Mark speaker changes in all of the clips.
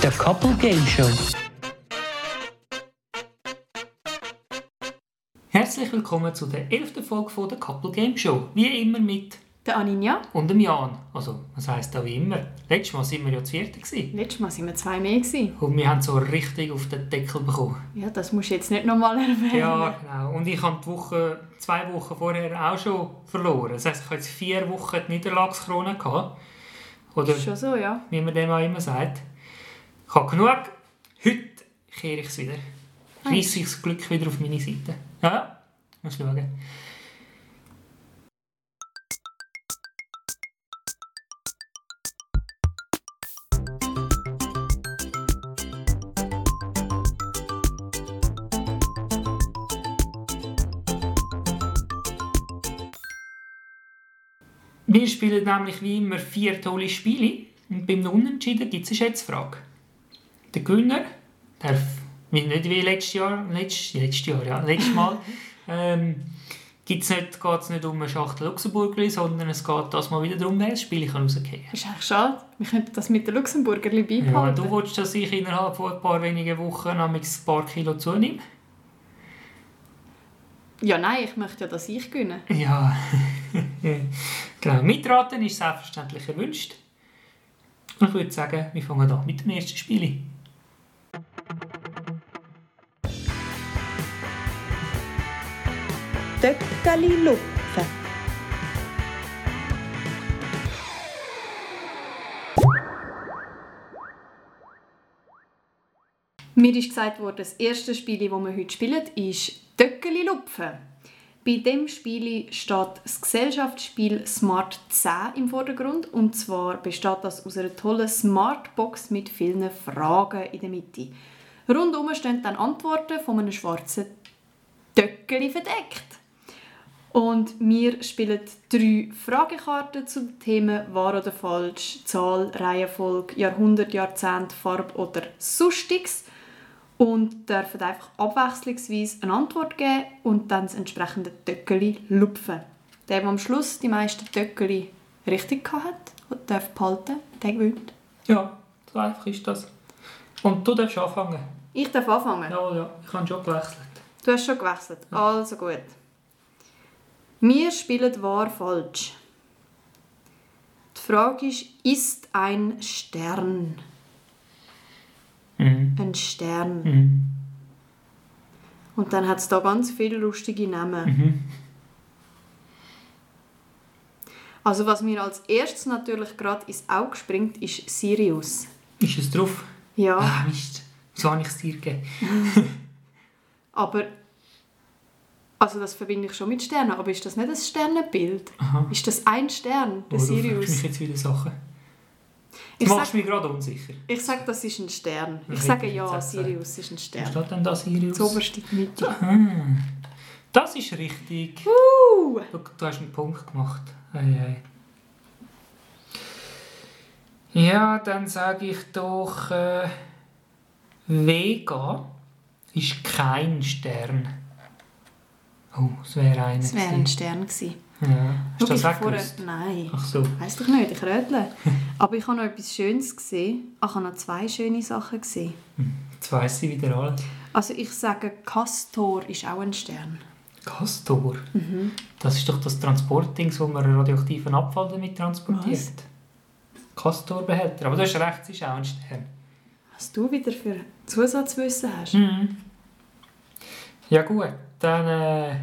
Speaker 1: The Couple Game Show. Herzlich willkommen zu der 11. Folge von der Couple Game Show. Wie immer mit
Speaker 2: Der Aninja.
Speaker 1: und dem Jan. Also, was heisst auch wie immer? Letztes Mal waren wir ja zu viert. gewesen.
Speaker 2: Letztes Mal waren wir zwei mehr. Gewesen.
Speaker 1: Und wir haben so richtig auf den Deckel bekommen.
Speaker 2: Ja, das musst du jetzt nicht nochmal erwähnen.
Speaker 1: Ja, genau. Und ich habe die Woche, zwei Wochen vorher auch schon verloren. Das heisst, ich habe jetzt vier Wochen die Niederlagskrone gehabt. Oder
Speaker 2: Ist schon so, ja.
Speaker 1: wie man dem auch immer sagt. Ich habe genug. Heute kehre ich es wieder. Reisse ich das Glück wieder auf meine Seite. Ja, Ja, muss schauen. Wir spielen nämlich wie immer vier tolle Spiele und beim Unentschieden gibt es eine Schätzfrage. Der Gewinner darf, wie- nicht wie letztes Jahr, letztes, letztes Jahr, ja, letztes Mal, ähm, gibt's nicht, geht es nicht um eine Schachtel Luxemburgerli, sondern es geht das mal wieder darum, wer das Spiel kann rausgehen kann.
Speaker 2: Ist eigentlich schade. Wir könnten das mit den Luxemburger
Speaker 1: Ja, wenn
Speaker 2: beibehalten.
Speaker 1: du willst, dass ich innerhalb von ein paar wenigen Wochen namens ein paar Kilo zunehme?
Speaker 2: Ja, nein, ich möchte ja, dass ich gewinne.
Speaker 1: Ja, genau. Mitraten ist selbstverständlich erwünscht. Und ich würde sagen, wir fangen an mit dem ersten Spiel.
Speaker 3: Töckeli lupfen.
Speaker 2: Mir ist gesagt worden, das erste Spiel, das wir heute spielen, ist Töckeli Lupfen. Bei dem Spiel steht das Gesellschaftsspiel Smart 10 im Vordergrund. Und zwar besteht das aus einer tollen Smartbox mit vielen Fragen in der Mitte. Rundum stehen dann Antworten von einem schwarzen Töckeli verdeckt. Und wir spielen drei Fragekarten zum Thema Wahr oder Falsch, Zahl, Reihenfolge, Jahrhundert, Jahrzehnt, Farb oder Sustiges. Und dürfen einfach abwechslungsweise eine Antwort geben und dann das entsprechende Töckeli lupfen. Der, der am Schluss die meisten Töckeli richtig hat und darf behalten, der gewinnt.
Speaker 1: Ja, so einfach ist das. Und du darfst anfangen.
Speaker 2: Ich darf anfangen.
Speaker 1: Ja, ja, ich habe schon gewechselt.
Speaker 2: Du hast schon gewechselt. Also gut. Wir spielen wahr falsch. Die Frage ist, ist ein Stern
Speaker 1: Mhm.
Speaker 2: ein Stern?
Speaker 1: Mhm.
Speaker 2: Und dann hat es da ganz viele lustige Namen.
Speaker 1: Mhm.
Speaker 2: Also was mir als erstes natürlich gerade ins Auge springt, ist Sirius.
Speaker 1: Ist es drauf?
Speaker 2: Ja,
Speaker 1: Ah, Mist. Wieso habe ich es dir gegeben?
Speaker 2: aber also das verbinde ich schon mit Sternen, aber ist das nicht ein Sternenbild?
Speaker 1: Aha.
Speaker 2: Ist das ein Stern, der
Speaker 1: Oh, du fragst mich
Speaker 2: Sirius?
Speaker 1: jetzt wieder Sachen. Du
Speaker 2: Ich
Speaker 1: machst
Speaker 2: sage,
Speaker 1: mich gerade unsicher.
Speaker 2: ich sag, das ist ein Stern. Ich
Speaker 1: Ich
Speaker 2: sage
Speaker 1: hätte jetzt
Speaker 2: ja,
Speaker 1: auch gesagt.
Speaker 2: Sirius ist ein
Speaker 1: Wo
Speaker 2: Stern.
Speaker 1: steht denn da Sirius?
Speaker 2: Zoberste Mitte.
Speaker 1: Ah, das ist richtig.
Speaker 2: Uh,
Speaker 1: Du, du hast einen Punkt gemacht. Ei, ei. Ja, dann sage ich doch, äh, Vega ist kein Stern. Oh, es wäre einer.
Speaker 2: das wäre ein Stern gewesen.
Speaker 1: gewesen. Ja. Hast du das
Speaker 2: Schau,
Speaker 1: auch
Speaker 2: ich vorher-
Speaker 1: gewusst?
Speaker 2: Nein.
Speaker 1: Ach so.
Speaker 2: Weiss doch nicht, ich rötle. Aber ich habe noch etwas Schönes gesehen. Ach, Ich habe noch zwei schöne Sachen gesehen.
Speaker 1: Jetzt weiss ich wieder alle.
Speaker 2: Also ich sage, Castor ist auch ein Stern.
Speaker 1: Castor.
Speaker 2: Mhm.
Speaker 1: Das ist doch das Transportding, wo man radioaktiven Abfall damit transportiert. Castor-Behälter. Aber du hast recht, es ist auch ein Stern.
Speaker 2: Was du wieder für Zusatzwissen hast.
Speaker 1: Mhm. Ja gut, dann äh,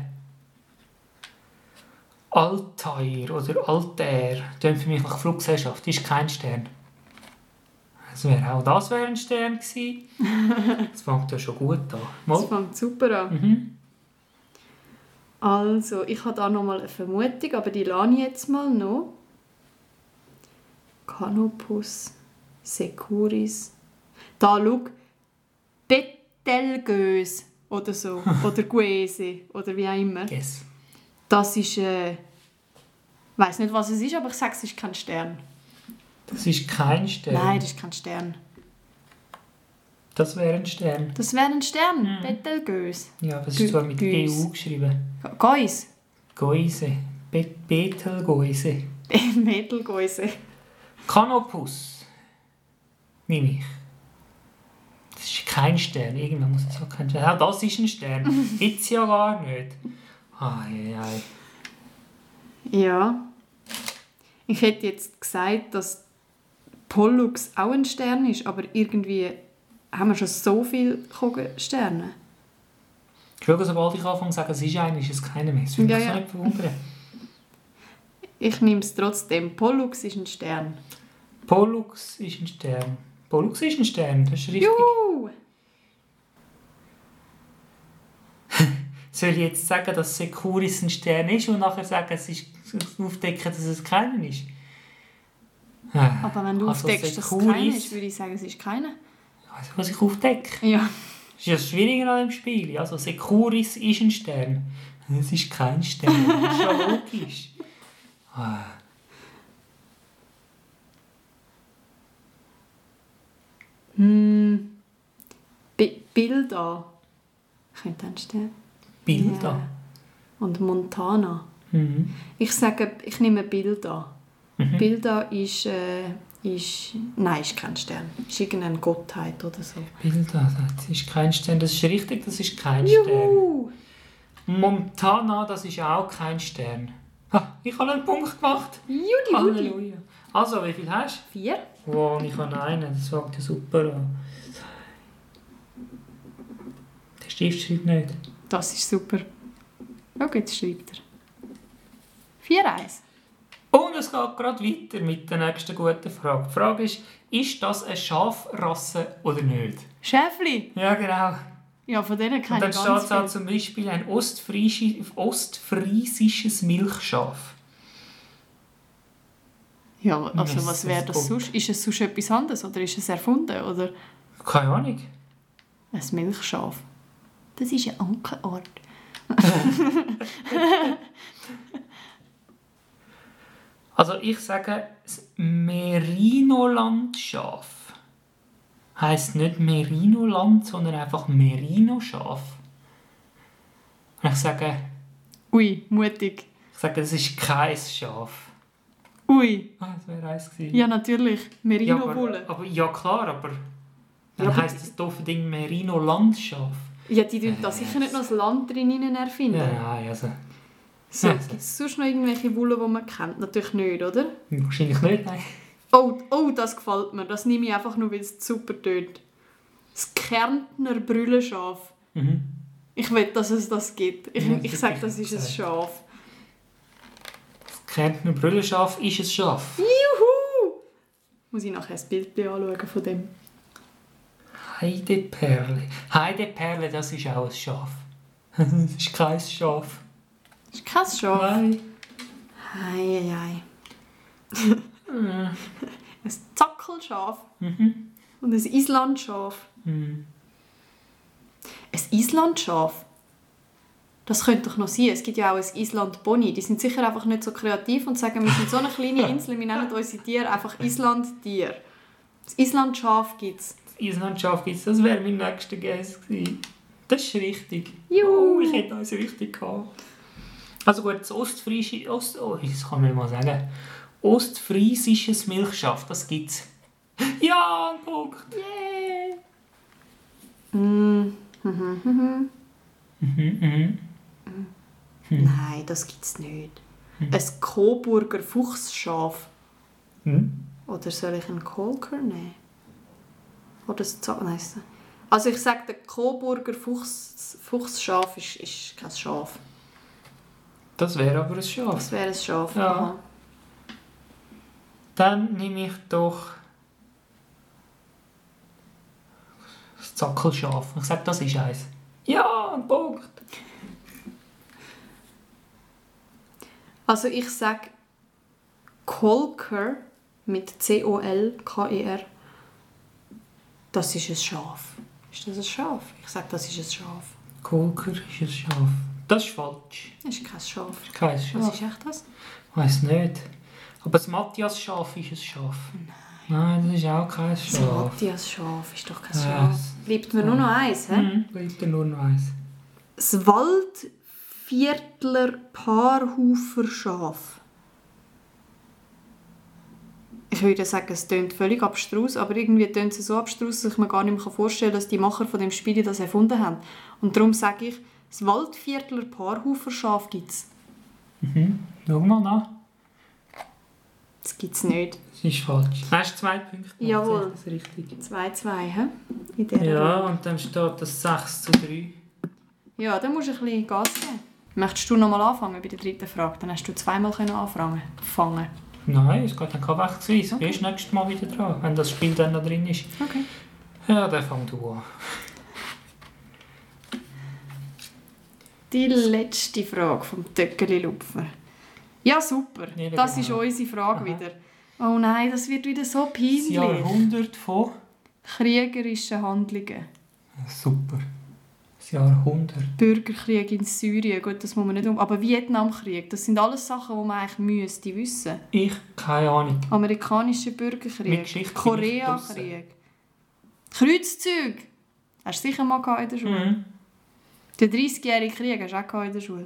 Speaker 1: Altair oder Altair klingt für mich nach Fluggesellschaft, ist kein Stern. Das wäre auch das wäre ein Stern gewesen. Das fängt ja schon gut an.
Speaker 2: Das
Speaker 1: Mal.
Speaker 2: fängt super an.
Speaker 1: Oh. Mhm.
Speaker 2: Also, ich habe da nochmal eine Vermutung, aber die lade ich jetzt mal noch. Canopus, Securis. Da schau, Betelgeuse oder so. oder Guese oder wie auch immer.
Speaker 1: Yes.
Speaker 2: Das ist. Äh, ich weiß nicht, was es ist, aber ich sage, es ist kein Stern.
Speaker 1: Das ist kein Stern.
Speaker 2: Nein, das ist kein Stern.
Speaker 1: Das wäre ein Stern.
Speaker 2: Das wäre ein Stern. Betelgeuse.
Speaker 1: Ja, das
Speaker 2: Gü-
Speaker 1: ist zwar mit
Speaker 2: Güis.
Speaker 1: GU geschrieben.
Speaker 2: Geus.
Speaker 1: Geuse. Be Betelgeuse.
Speaker 2: Betelgeuse.
Speaker 1: Canopus. Nehme ich. Kein Stern, irgendwann muss es auch kein Stern. Ja, das ist ein Stern. Gibt's ja gar nicht. Ai, ai, ai.
Speaker 2: Ja. Ich hätte jetzt gesagt, dass Pollux auch ein Stern ist, aber irgendwie haben wir schon so viele Kugelsterne.
Speaker 1: Schau, sobald ich anfange zu sagen, es ist einer, ist es keiner mehr. Das würde
Speaker 2: Ja,
Speaker 1: mich
Speaker 2: ja.
Speaker 1: so nicht verwundern.
Speaker 2: Ich nehme es trotzdem. Pollux ist ein Stern.
Speaker 1: Pollux ist ein Stern. Pollux ist ein Stern, das ist richtig.
Speaker 2: Juhu!
Speaker 1: Soll ich jetzt sagen, dass Securis ein Stern ist und nachher sagen, es ist aufdecken, dass es keiner ist? Ah,
Speaker 2: Aber wenn du
Speaker 1: Also
Speaker 2: aufdeckst, dass es
Speaker 1: Securis-
Speaker 2: keiner ist, würde ich sagen, es ist keiner.
Speaker 1: also was ich aufdecke.
Speaker 2: Ja.
Speaker 1: Das ist ja das Schwierige an dem Spiel. Also Securis ist ein Stern. Es ist kein Stern. Das ist ja logisch. Ah.
Speaker 2: Hm. Bi- Bilder. Könnte ein Stern.
Speaker 1: Bilder.
Speaker 2: Ja. Und Montana.
Speaker 1: Mhm.
Speaker 2: Ich sage, ich nehme Bilder.
Speaker 1: Mhm.
Speaker 2: Bilder ist, äh, ist. Nein, ist kein Stern. Ist irgendeine Gottheit oder so.
Speaker 1: Bilder, das ist kein Stern. Das ist richtig, das ist kein Stern.
Speaker 2: Juhu!
Speaker 1: Montana, das ist auch kein Stern. Ha, ich habe einen Punkt gemacht.
Speaker 2: Judi, Judi!
Speaker 1: Halleluja. Also, wie viel hast du?
Speaker 2: Vier?
Speaker 1: Wow, und ich habe einen, das fängt ja super an. Der Stift schreibt nicht.
Speaker 2: Das ist super. Schau, jetzt schreibt er. Vier Eis.
Speaker 1: Und es geht gerade weiter mit der nächsten guten Frage. Die Frage ist, ist das eine Schafrasse oder nicht?
Speaker 2: Schäfli!
Speaker 1: Ja, genau.
Speaker 2: Ja, von denen
Speaker 1: Und
Speaker 2: keine
Speaker 1: dann steht
Speaker 2: ganz
Speaker 1: es auch
Speaker 2: viel.
Speaker 1: zum Beispiel ein ostfriesi- ostfriesisches Milchschaf.
Speaker 2: Ja, also
Speaker 1: Das
Speaker 2: was
Speaker 1: ist
Speaker 2: wäre das
Speaker 1: gut.
Speaker 2: sonst? Ist es sonst etwas anderes oder ist es erfunden? Oder
Speaker 1: Keine Ahnung.
Speaker 2: ein Milchschaf? Das ist ein Ankerort.
Speaker 1: Also ich sage, das Merinolandschaf heißt nicht Merinoland, sondern einfach Merinoschaf. Und ich sage,
Speaker 2: Ui, mutig.
Speaker 1: ich sage, das ist kein Schaf.
Speaker 2: Ui,
Speaker 1: Ah, das wäre eins gewesen.
Speaker 2: ja natürlich.
Speaker 1: Ja,
Speaker 2: Merino-Wolle.
Speaker 1: aber, aber, ja klar, aber dann
Speaker 2: Ja, aber-
Speaker 1: heisst das doofe Ding Merino-Landschaf.
Speaker 2: Ja, die dürfen da sicher nicht noch das Land drin erfinden.
Speaker 1: Äh, Ja, nein, also
Speaker 2: So,
Speaker 1: Ja.
Speaker 2: Gibt es sonst noch irgendwelche Wolle, die man kennt? Natürlich nicht, oder?
Speaker 1: wahrscheinlich nicht, nein.
Speaker 2: Oh, oh, das gefällt mir. Das nehme ich einfach nur, weil es super tönt. Das Kärntner Brüllenschaf.
Speaker 1: Mhm.
Speaker 2: Ich will, dass es das gibt. Ich,
Speaker 1: Ja, das
Speaker 2: ich
Speaker 1: hätte
Speaker 2: sage,
Speaker 1: ich
Speaker 2: das ist ein
Speaker 1: gesagt.
Speaker 2: Schaf.
Speaker 1: Das Kärntner Brüllenschaf ist ein Schaf.
Speaker 2: Juhu! Muss ich nachher ein Bild anschauen von dem.
Speaker 1: Heideperle. Heideperle, das ist auch ein Schaf. Das ist kein Schaf.
Speaker 2: Das ist kein Schaf.
Speaker 1: Nein.
Speaker 2: Ei, ei, ei. Ein Zackelschaf.
Speaker 1: Mhm.
Speaker 2: Und ein Islandschaf.
Speaker 1: Mhm.
Speaker 2: Ein Islandschaf? Das könnte doch noch sein. Es gibt ja auch ein Island Pony. Die sind sicher einfach nicht so kreativ und sagen, wir sind so eine kleine Insel, wir nennen unsere Tiere einfach Island-Tier. Das Island-Schaf gibt es.
Speaker 1: Das Islandschaf gibt's. das wäre mein nächster Guess gewesen. Das ist richtig.
Speaker 2: Juhu.
Speaker 1: Oh, ich hätte alles richtig gehabt. Also gut, das ostfriesische, Ost, oh, das kann man mal sagen. Ostfriesisches Milchschaf, das gibt's. Ja, ein Punkt.
Speaker 2: Yeah! Mm. Mhm, mhm.
Speaker 1: Mhm, mhm.
Speaker 2: Nein, das gibt es nicht. Ein Coburger Fuchsschaf.
Speaker 1: Mhm.
Speaker 2: Oder soll ich einen Kolker nehmen? Oder ein Zahn? Nein. es- Also ich sage, der Coburger Fuchs, Fuchsschaf ist, ist kein Schaf.
Speaker 1: Das wäre aber ein Schaf.
Speaker 2: Das wäre ein Schaf.
Speaker 1: Ja.
Speaker 2: aha.
Speaker 1: Dann nehme ich doch das Zackelschaf. Ich sage, das ist eins. Ja, ein Punkt.
Speaker 2: Also ich sage Kolker mit C-O-L-K-E-R. E Das ist ein Schaf. Ist das ein Schaf? Ich sage, das ist ein Schaf.
Speaker 1: Kolker ist ein Schaf. Das ist falsch.
Speaker 2: Das ist kein Schaf.
Speaker 1: Kein
Speaker 2: Was
Speaker 1: Schaf.
Speaker 2: ist echt das?
Speaker 1: Ich weiß nicht. Aber das Matthias-Schaf ist ein Schaf. Nein. das ist auch kein
Speaker 2: Das
Speaker 1: Schaf.
Speaker 2: Matthias Schaf ist doch kein
Speaker 1: Ja.
Speaker 2: Schaf. Bleibt mir nur noch eins, hä?
Speaker 1: Mhm. Bleibt dir nur noch eins.
Speaker 2: Das Waldviertler Paarhuferschaf. ich würde sagen, es tönt völlig abstrus, aber irgendwie tönt es so abstrus, dass ich mir gar nicht mehr vorstellen kann, dass die Macher von dem Spiel das erfunden haben. Und darum sage ich, das Waldviertler Paarhuferschaf gibt es.
Speaker 1: Schau mal nach.
Speaker 2: Das gibt es nicht.
Speaker 1: Das ist falsch. Hast zwei Punkte?
Speaker 2: Jawohl.
Speaker 1: Das ist richtig.
Speaker 2: 2-2, hä? In dieser
Speaker 1: Ja,
Speaker 2: Runde.
Speaker 1: und dann steht das 6 zu 3.
Speaker 2: Ja, dann musst du ein bisschen Gas geben. Möchtest du nochmal anfangen bei der dritten Frage? Dann hast du zweimal können anfangen können.
Speaker 1: Nein, es geht dann kein Weg zu sein.
Speaker 2: Okay.
Speaker 1: Okay. Erst nächstes Mal wieder dran, wenn das Spiel dann noch drin ist.
Speaker 2: Okay.
Speaker 1: Ja, dann fang du an.
Speaker 2: Die letzte Frage vom Töckeli Lupfer. Ja, super.
Speaker 1: Eben
Speaker 2: Das ist
Speaker 1: genau.
Speaker 2: unsere Frage
Speaker 1: Aha.
Speaker 2: wieder. Oh nein, das wird wieder so
Speaker 1: Das
Speaker 2: peinlich.
Speaker 1: Jahrhundert von...
Speaker 2: Kriegerische Handlungen.
Speaker 1: Super. Das Jahrhundert.
Speaker 2: Bürgerkrieg in Syrien, gut, das muss man nicht um. Aber Vietnamkrieg, das sind alles Sachen, die man eigentlich müsste wissen.
Speaker 1: Ich, keine Ahnung.
Speaker 2: Amerikanischer
Speaker 1: Mit
Speaker 2: Bürgerkrieg,
Speaker 1: Geschichte bin
Speaker 2: Koreakrieg, Kreuzzug. Hast du sicher mal gehabt in der Schule?
Speaker 1: Mhm.
Speaker 2: Den 30-jährigen Krieg hast du auch gehabt in der Schule.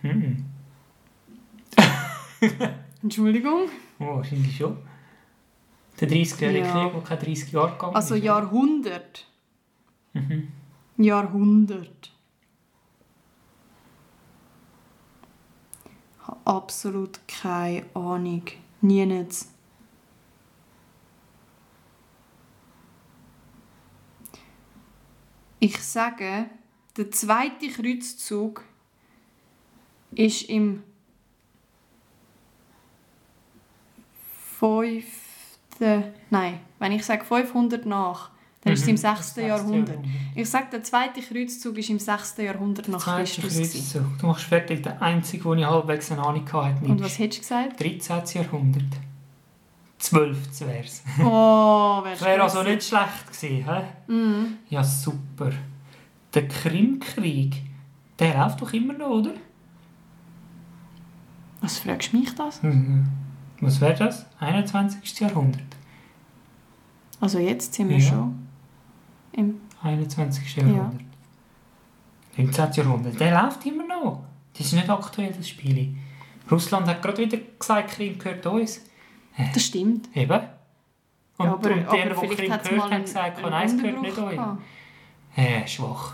Speaker 1: Mhm.
Speaker 2: Entschuldigung.
Speaker 1: Oh, wahrscheinlich schon. Der 30-jährige
Speaker 2: Ja.
Speaker 1: Krieg, der keine 30 Jahre gegangen
Speaker 2: Also
Speaker 1: ist. oder?
Speaker 2: Jahrhundert.
Speaker 1: Mhm.
Speaker 2: Jahrhundert. Ich habe Absolut keine Ahnung. Nie nichts. Ich sage, der zweite Kreuzzug ist im 5. Nein, wenn ich sage 500 nach, dann ist es im
Speaker 1: Mhm.
Speaker 2: 6.
Speaker 1: Sechste
Speaker 2: Jahrhundert. Ich sage, der zweite Kreuzzug ist im 6. Jahrhundert nach
Speaker 1: Zweite
Speaker 2: Christus. gewesen.
Speaker 1: Kreuzzug. Du machst fertig. Der einzige, den ich halbwegs eine Ahnung hatte,
Speaker 2: Und
Speaker 1: nimmst.
Speaker 2: was hättest du gesagt?
Speaker 1: 13. Jahrhundert. 12. wäre es.
Speaker 2: Oh, wär's
Speaker 1: Das wäre also
Speaker 2: gewesen.
Speaker 1: nicht schlecht gewesen, hä?
Speaker 2: Mhm.
Speaker 1: Ja, super. Der Krimkrieg, der läuft doch immer noch, oder?
Speaker 2: Was fragst du mich das?
Speaker 1: Mhm. Was wäre das? 21. Jahrhundert.
Speaker 2: Also jetzt sind wir
Speaker 1: Ja.
Speaker 2: schon im...
Speaker 1: 21. Jahrhundert. 19. Jahrhundert. Der läuft immer noch. Das ist nicht aktuell, das Spiel. Russland hat gerade wieder gesagt, Krim gehört uns.
Speaker 2: Das stimmt.
Speaker 1: Eben. Und,
Speaker 2: Ja,
Speaker 1: und die, anderen, die
Speaker 2: vielleicht
Speaker 1: Krim
Speaker 2: hat's
Speaker 1: gehört haben,
Speaker 2: einen-
Speaker 1: gesagt,
Speaker 2: einen
Speaker 1: nein, es gehört nicht
Speaker 2: Unterbruch
Speaker 1: euch.
Speaker 2: gehabt.
Speaker 1: Äh, schwach.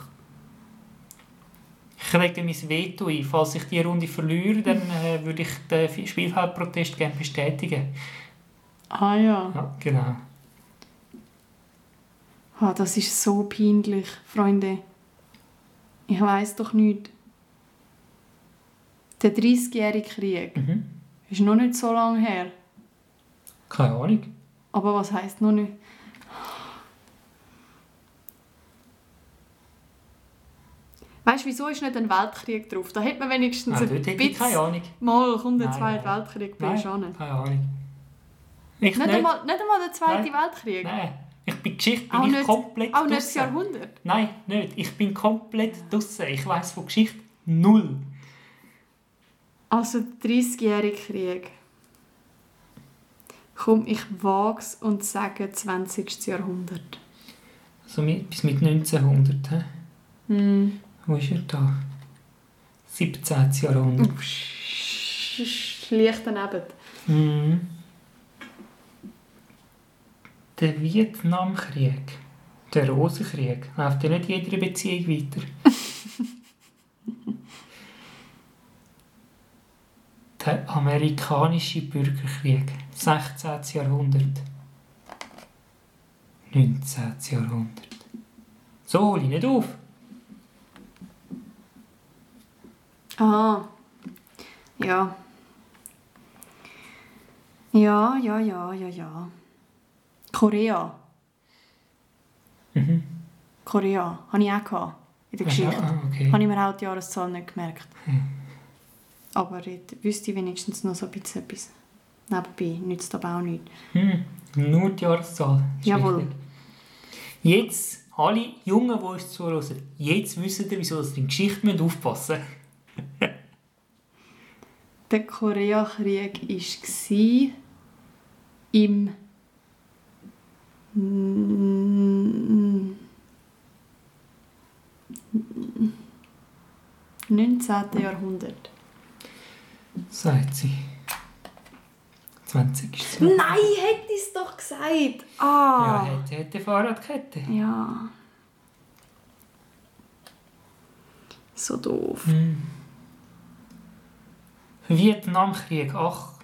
Speaker 1: Ich lege mein Veto ein. Falls ich die Runde verliere, dann äh, würde ich den Spielfeldprotest gerne bestätigen.
Speaker 2: Ah ja.
Speaker 1: Ja, genau.
Speaker 2: Ah, das ist so peinlich, Freunde. Ich weiß doch nicht. Der 30-jährige Krieg
Speaker 1: Mhm.
Speaker 2: ist noch nicht so lange her.
Speaker 1: Keine Ahnung.
Speaker 2: Aber was heißt noch nicht? Weißt du, wieso ist nicht ein Weltkrieg drauf? Da hätte man wenigstens
Speaker 1: Nein, dort Ah, hätte ich keine Ahnung.
Speaker 2: Mal kommt der
Speaker 1: Nein,
Speaker 2: Zweite
Speaker 1: nein.
Speaker 2: Weltkrieg, bin
Speaker 1: Nein,
Speaker 2: ich schon nicht.
Speaker 1: keine Ahnung. Ich
Speaker 2: Nicht
Speaker 1: nicht.
Speaker 2: einmal, nicht einmal der Zweite Weltkrieg.
Speaker 1: Nein. Ich bin Geschichte bin
Speaker 2: Auch
Speaker 1: ich
Speaker 2: nicht-
Speaker 1: komplett
Speaker 2: Auch nicht das
Speaker 1: draussen.
Speaker 2: Jahrhundert.
Speaker 1: Nein, nicht. Ich bin komplett draussen. Ich weiss von Geschichte null.
Speaker 2: Also der 30-jährige Krieg. Komm, ich wag's und sage 20. Jahrhundert.
Speaker 1: Also mit, bis mit 1900. hä?
Speaker 2: Hm.
Speaker 1: Wo ist er da? 17. Jahrhundert.
Speaker 2: Uff, sch- sch- Leicht daneben.
Speaker 1: Mhm. Der Vietnamkrieg, der Rosenkrieg, läuft ja nicht in jeder Beziehung weiter. der amerikanische Bürgerkrieg, 16. Jahrhundert. 19. Jahrhundert. So hole ich nicht auf.
Speaker 2: Ah. Ja. Ja, ja, ja, ja, ja. Korea.
Speaker 1: Mhm.
Speaker 2: Korea. Habe ich auch gehabt. In der Geschichte.
Speaker 1: Ah, okay.
Speaker 2: Habe ich mir auch die Jahreszahl nicht gemerkt.
Speaker 1: Hm.
Speaker 2: Aber jetzt wüsste ich wenigstens noch so ein bisschen etwas. Nebenbei nützt aber auch nichts.
Speaker 1: Hm, nur die Jahreszahl. Ist
Speaker 2: Jawohl.
Speaker 1: wichtig. Jetzt, alle Jungen, die uns zuhören, jetzt wissen ihr, wieso ihr in Geschichte müsst aufpassen müsst.
Speaker 2: Der Koreakrieg war im Mm, 19. Jahrhundert.
Speaker 1: Sagt sie. 20.
Speaker 2: Nein, hätte ich es doch gesagt.
Speaker 1: Ja,
Speaker 2: Ah.
Speaker 1: hätte, hätte Fahrradkette.
Speaker 2: Ja. So doof.
Speaker 1: Hm. Vietnamkrieg, ach,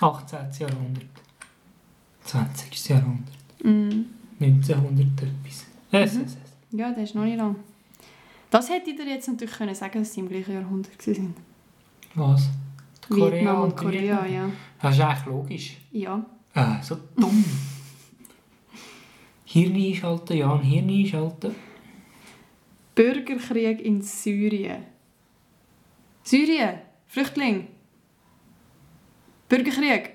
Speaker 1: 18. Jahrhundert. 20. Jahrhundert.
Speaker 2: Mm.
Speaker 1: 1900 etwas. Es, es, es.
Speaker 2: Ja, das ist noch nicht lang. Das hätte ich dir jetzt natürlich können sagen, dass sie im gleichen Jahrhundert waren.
Speaker 1: Was? Die
Speaker 2: Vietnam und Korea,
Speaker 1: Vietnam.
Speaker 2: ja.
Speaker 1: Das ist eigentlich logisch.
Speaker 2: Ja.
Speaker 1: Äh, so dumm. Hirn einschalten, Jan, Hirn einschalten.
Speaker 2: Bürgerkrieg in Syrien. Syrien, Flüchtling. Bürgerkrieg.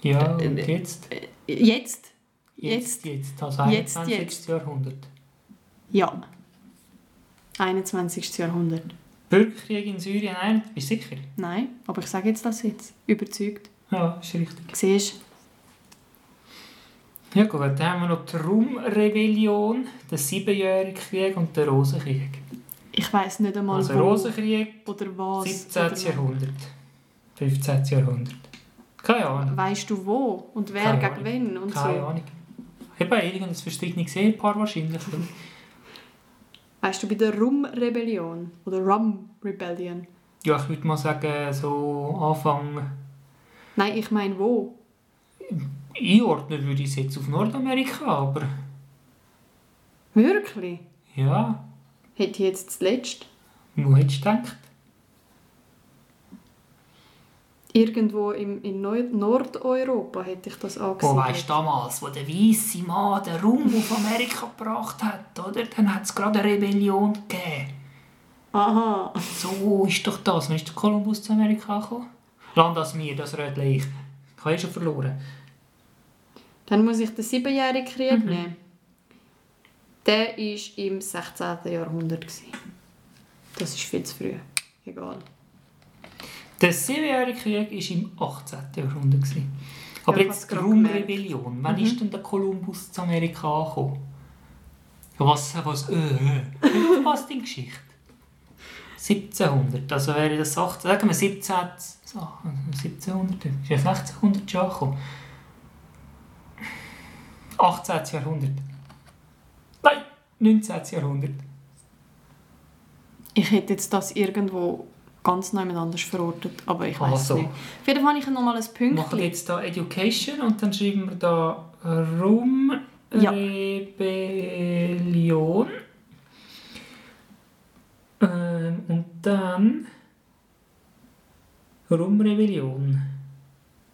Speaker 1: Ja,
Speaker 2: Äh,
Speaker 1: und
Speaker 2: äh,
Speaker 1: jetzt?
Speaker 2: Äh, Jetzt?
Speaker 1: Jetzt,
Speaker 2: Jetzt.
Speaker 1: jetzt. Das
Speaker 2: Jetzt,
Speaker 1: 21.
Speaker 2: jetzt.
Speaker 1: Jahrhundert.
Speaker 2: Ja. 21. Jahrhundert.
Speaker 1: Bürgerkrieg in Syrien, nein, bist du sicher?
Speaker 2: Nein, aber ich sage jetzt das jetzt. Überzeugt.
Speaker 1: Ja, ist richtig.
Speaker 2: Siehst
Speaker 1: Ja gut, dann haben wir noch die Rum-Rebellion, den Siebenjährigen Krieg und den Rosenkrieg.
Speaker 2: ich weiß nicht einmal
Speaker 1: Also
Speaker 2: wo
Speaker 1: Rosenkrieg,
Speaker 2: oder was.
Speaker 1: 17.
Speaker 2: oder-
Speaker 1: Jahrhundert. 15. Jahrhundert. Keine Ahnung.
Speaker 2: Weißt du wo und wer
Speaker 1: Keine
Speaker 2: gegen
Speaker 1: Ahnung.
Speaker 2: wen und
Speaker 1: Keine
Speaker 2: so.
Speaker 1: Ahnung. Eben, irgendein verstrittenes Ehepaar wahrscheinlich. oder?
Speaker 2: Weißt du bei der Rum-Rebellion oder Rum-Rebellion?
Speaker 1: Ja, ich würde mal sagen, so Anfang
Speaker 2: Nein, ich meine wo?
Speaker 1: einordnen würde ich es jetzt auf Nordamerika, aber
Speaker 2: Wirklich?
Speaker 1: ja,
Speaker 2: Hätte ich jetzt das letzte?
Speaker 1: wo hättest du gedacht?
Speaker 2: Irgendwo im, in Neu Nordeuropa hätte ich das angesehen.
Speaker 1: Wo weisst du damals, wo der weiße Mann den Rum auf Amerika gebracht hat, oder? Dann hat es gerade eine Rebellion gegeben.
Speaker 2: Aha.
Speaker 1: So ist doch das. Wann ist der Kolumbus zu Amerika gekommen? Land als mir, das rötle ich. Ich habe ja schon verloren.
Speaker 2: Dann muss ich den Siebenjährigen
Speaker 1: Mhm.
Speaker 2: Krieg nehmen. Der war im 16. Jahrhundert. gewesen. Das ist viel zu früh. Egal.
Speaker 1: Der Siebenjährige Krieg war im 18. Jahrhundert. gewesen. Aber
Speaker 2: Ja, ich hab's
Speaker 1: jetzt die
Speaker 2: grad Mhm.
Speaker 1: Rum-Rebellion. Wann ist denn der Kolumbus zu Amerika gekommen? Ja, Was, was, äh, äh. was in die Geschichte? 1700, also wäre das 18, sagen wir 17, so, 1700, ist ja 1600 schon gekommen. 18. Jahrhundert. Nein, 19. Jahrhundert.
Speaker 2: Ich hätte jetzt das irgendwo ganz neu anders verortet, aber ich weiß
Speaker 1: Also.
Speaker 2: es nicht. Auf jeden Fall habe ich nochmal ein
Speaker 1: Wir machen
Speaker 2: Pünktchen.
Speaker 1: jetzt da Education und dann schreiben wir da Rum
Speaker 2: Ja.
Speaker 1: Rebellion. Ähm, und dann Rum Rebellion.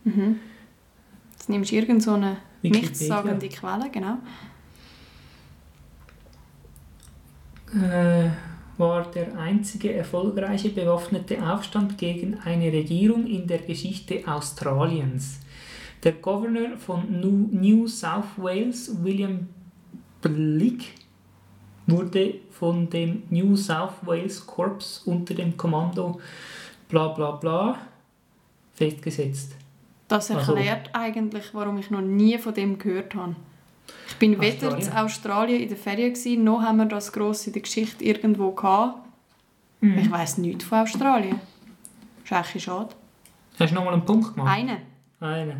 Speaker 2: Mhm. Jetzt nimmst du irgendeine so eine
Speaker 1: Wikipedia.
Speaker 2: nichtssagende Quelle, genau.
Speaker 1: Äh, war der einzige erfolgreiche bewaffnete Aufstand gegen eine Regierung in der Geschichte Australiens. Der Gouverneur von Nu- New South Wales, William Blick, wurde von dem New South Wales Corps unter dem Kommando bla bla bla festgesetzt.
Speaker 2: Das
Speaker 1: Also-
Speaker 2: erklärt eigentlich, warum ich noch nie von dem gehört habe. Ich bin weder
Speaker 1: Australien.
Speaker 2: in Australien in der Ferien gewesen, noch haben wir das gross in der Geschichte irgendwo gehabt.
Speaker 1: Mhm.
Speaker 2: Ich weiß nichts von Australien. Ist eigentlich schade.
Speaker 1: Hast du nochmal einen Punkt gemacht?
Speaker 2: Eine.
Speaker 1: Eine.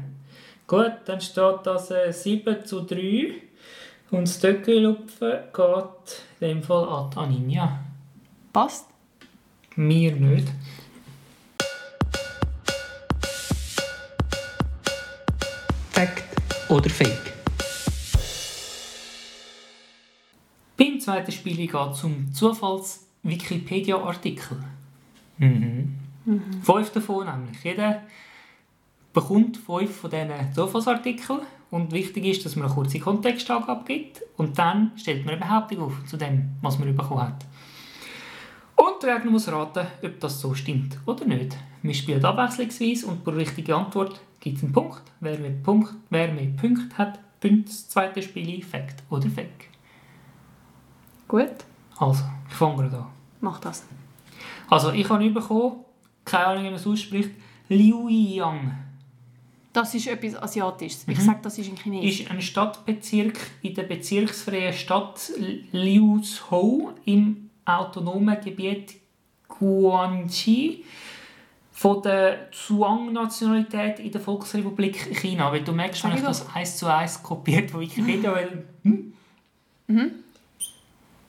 Speaker 1: Gut, dann steht das äh, 7 zu 3. Und das Döckelupfen geht in dem Fall an die Aninja.
Speaker 2: Passt?
Speaker 1: Mir nicht.
Speaker 3: Fact.
Speaker 4: oder Fake?
Speaker 1: Beim zweiten Spiel geht es um Zufalls-Wikipedia-Artikel. Mhm. Fünf davon nämlich. Jeder bekommt fünf von diesen Zufallsartikeln. Und wichtig ist, dass man eine kurze Kontextangabe gibt und dann stellt man eine Behauptung auf zu dem, was man bekommen hat. Und der Gegner muss raten, ob das so stimmt oder nicht. Wir spielen abwechslungsweise und pro richtige Antwort gibt es einen Punkt. Wer mehr, Punkt, wer mehr Punkte hat, gewinnt das zweite Spiel Fact oder Fake.
Speaker 2: Gut.
Speaker 1: Also, ich fange gerade an.
Speaker 2: Mach das.
Speaker 1: Also, ich habe bekommen, keine Ahnung, wie man es ausspricht, Liu Yang
Speaker 2: Das ist etwas Asiatisches.
Speaker 1: Mhm.
Speaker 2: Ich sage, das ist ein Chinesisch.
Speaker 1: ist ein Stadtbezirk in der bezirksfreien Stadt Liuzhou im autonomen Gebiet Guangxi von der Zhuang-Nationalität in der Volksrepublik China. Weil du merkst, wenn
Speaker 2: Sag
Speaker 1: ich
Speaker 2: ich
Speaker 1: das eins zu eins kopiert von Wikipedia, weil... Hm?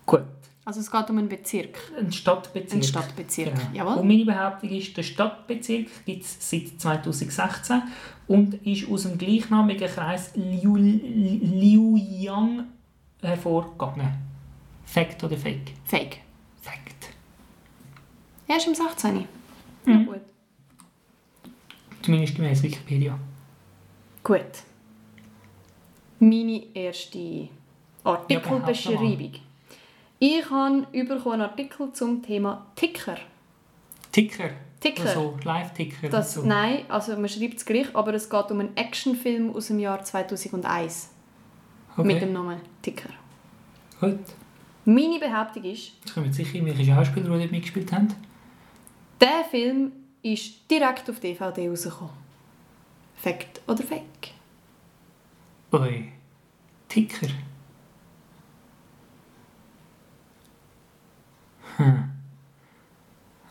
Speaker 1: Gut.
Speaker 2: Also es geht um einen Bezirk,
Speaker 1: Ein Stadtbezirk.
Speaker 2: einen Stadtbezirk.
Speaker 1: Genau.
Speaker 2: Jawohl.
Speaker 1: Und meine Behauptung ist, der Stadtbezirk gibt es seit 2016 und ist aus dem gleichnamigen Kreis Liu- Liuyang hervorgegangen. Fact oder Fake?
Speaker 2: Fake.
Speaker 1: Fact.
Speaker 2: Er ist im 16.
Speaker 1: Mhm.
Speaker 2: Ja, gut.
Speaker 1: Zumindest gemäß Wikipedia.
Speaker 2: Gut. Meine erste Artikelbeschreibung. Ich habe über einen Artikel zum Thema Ticker.
Speaker 1: Ticker.
Speaker 2: Ticker.
Speaker 1: Also Live-Ticker.
Speaker 2: Das,
Speaker 1: so.
Speaker 2: Nein, also man schreibt es gleich, aber es geht um einen Actionfilm aus dem Jahr 2001
Speaker 1: okay.
Speaker 2: mit dem Namen Ticker.
Speaker 1: Gut.
Speaker 2: Meine Behauptung ist,
Speaker 1: Jetzt kommen sicher irgendwelche Schauspieler, die dort mitgespielt haben.
Speaker 2: der Film ist direkt auf DVD rausgekommen. Fact oder Fake?
Speaker 1: Ui. Ticker. Hm.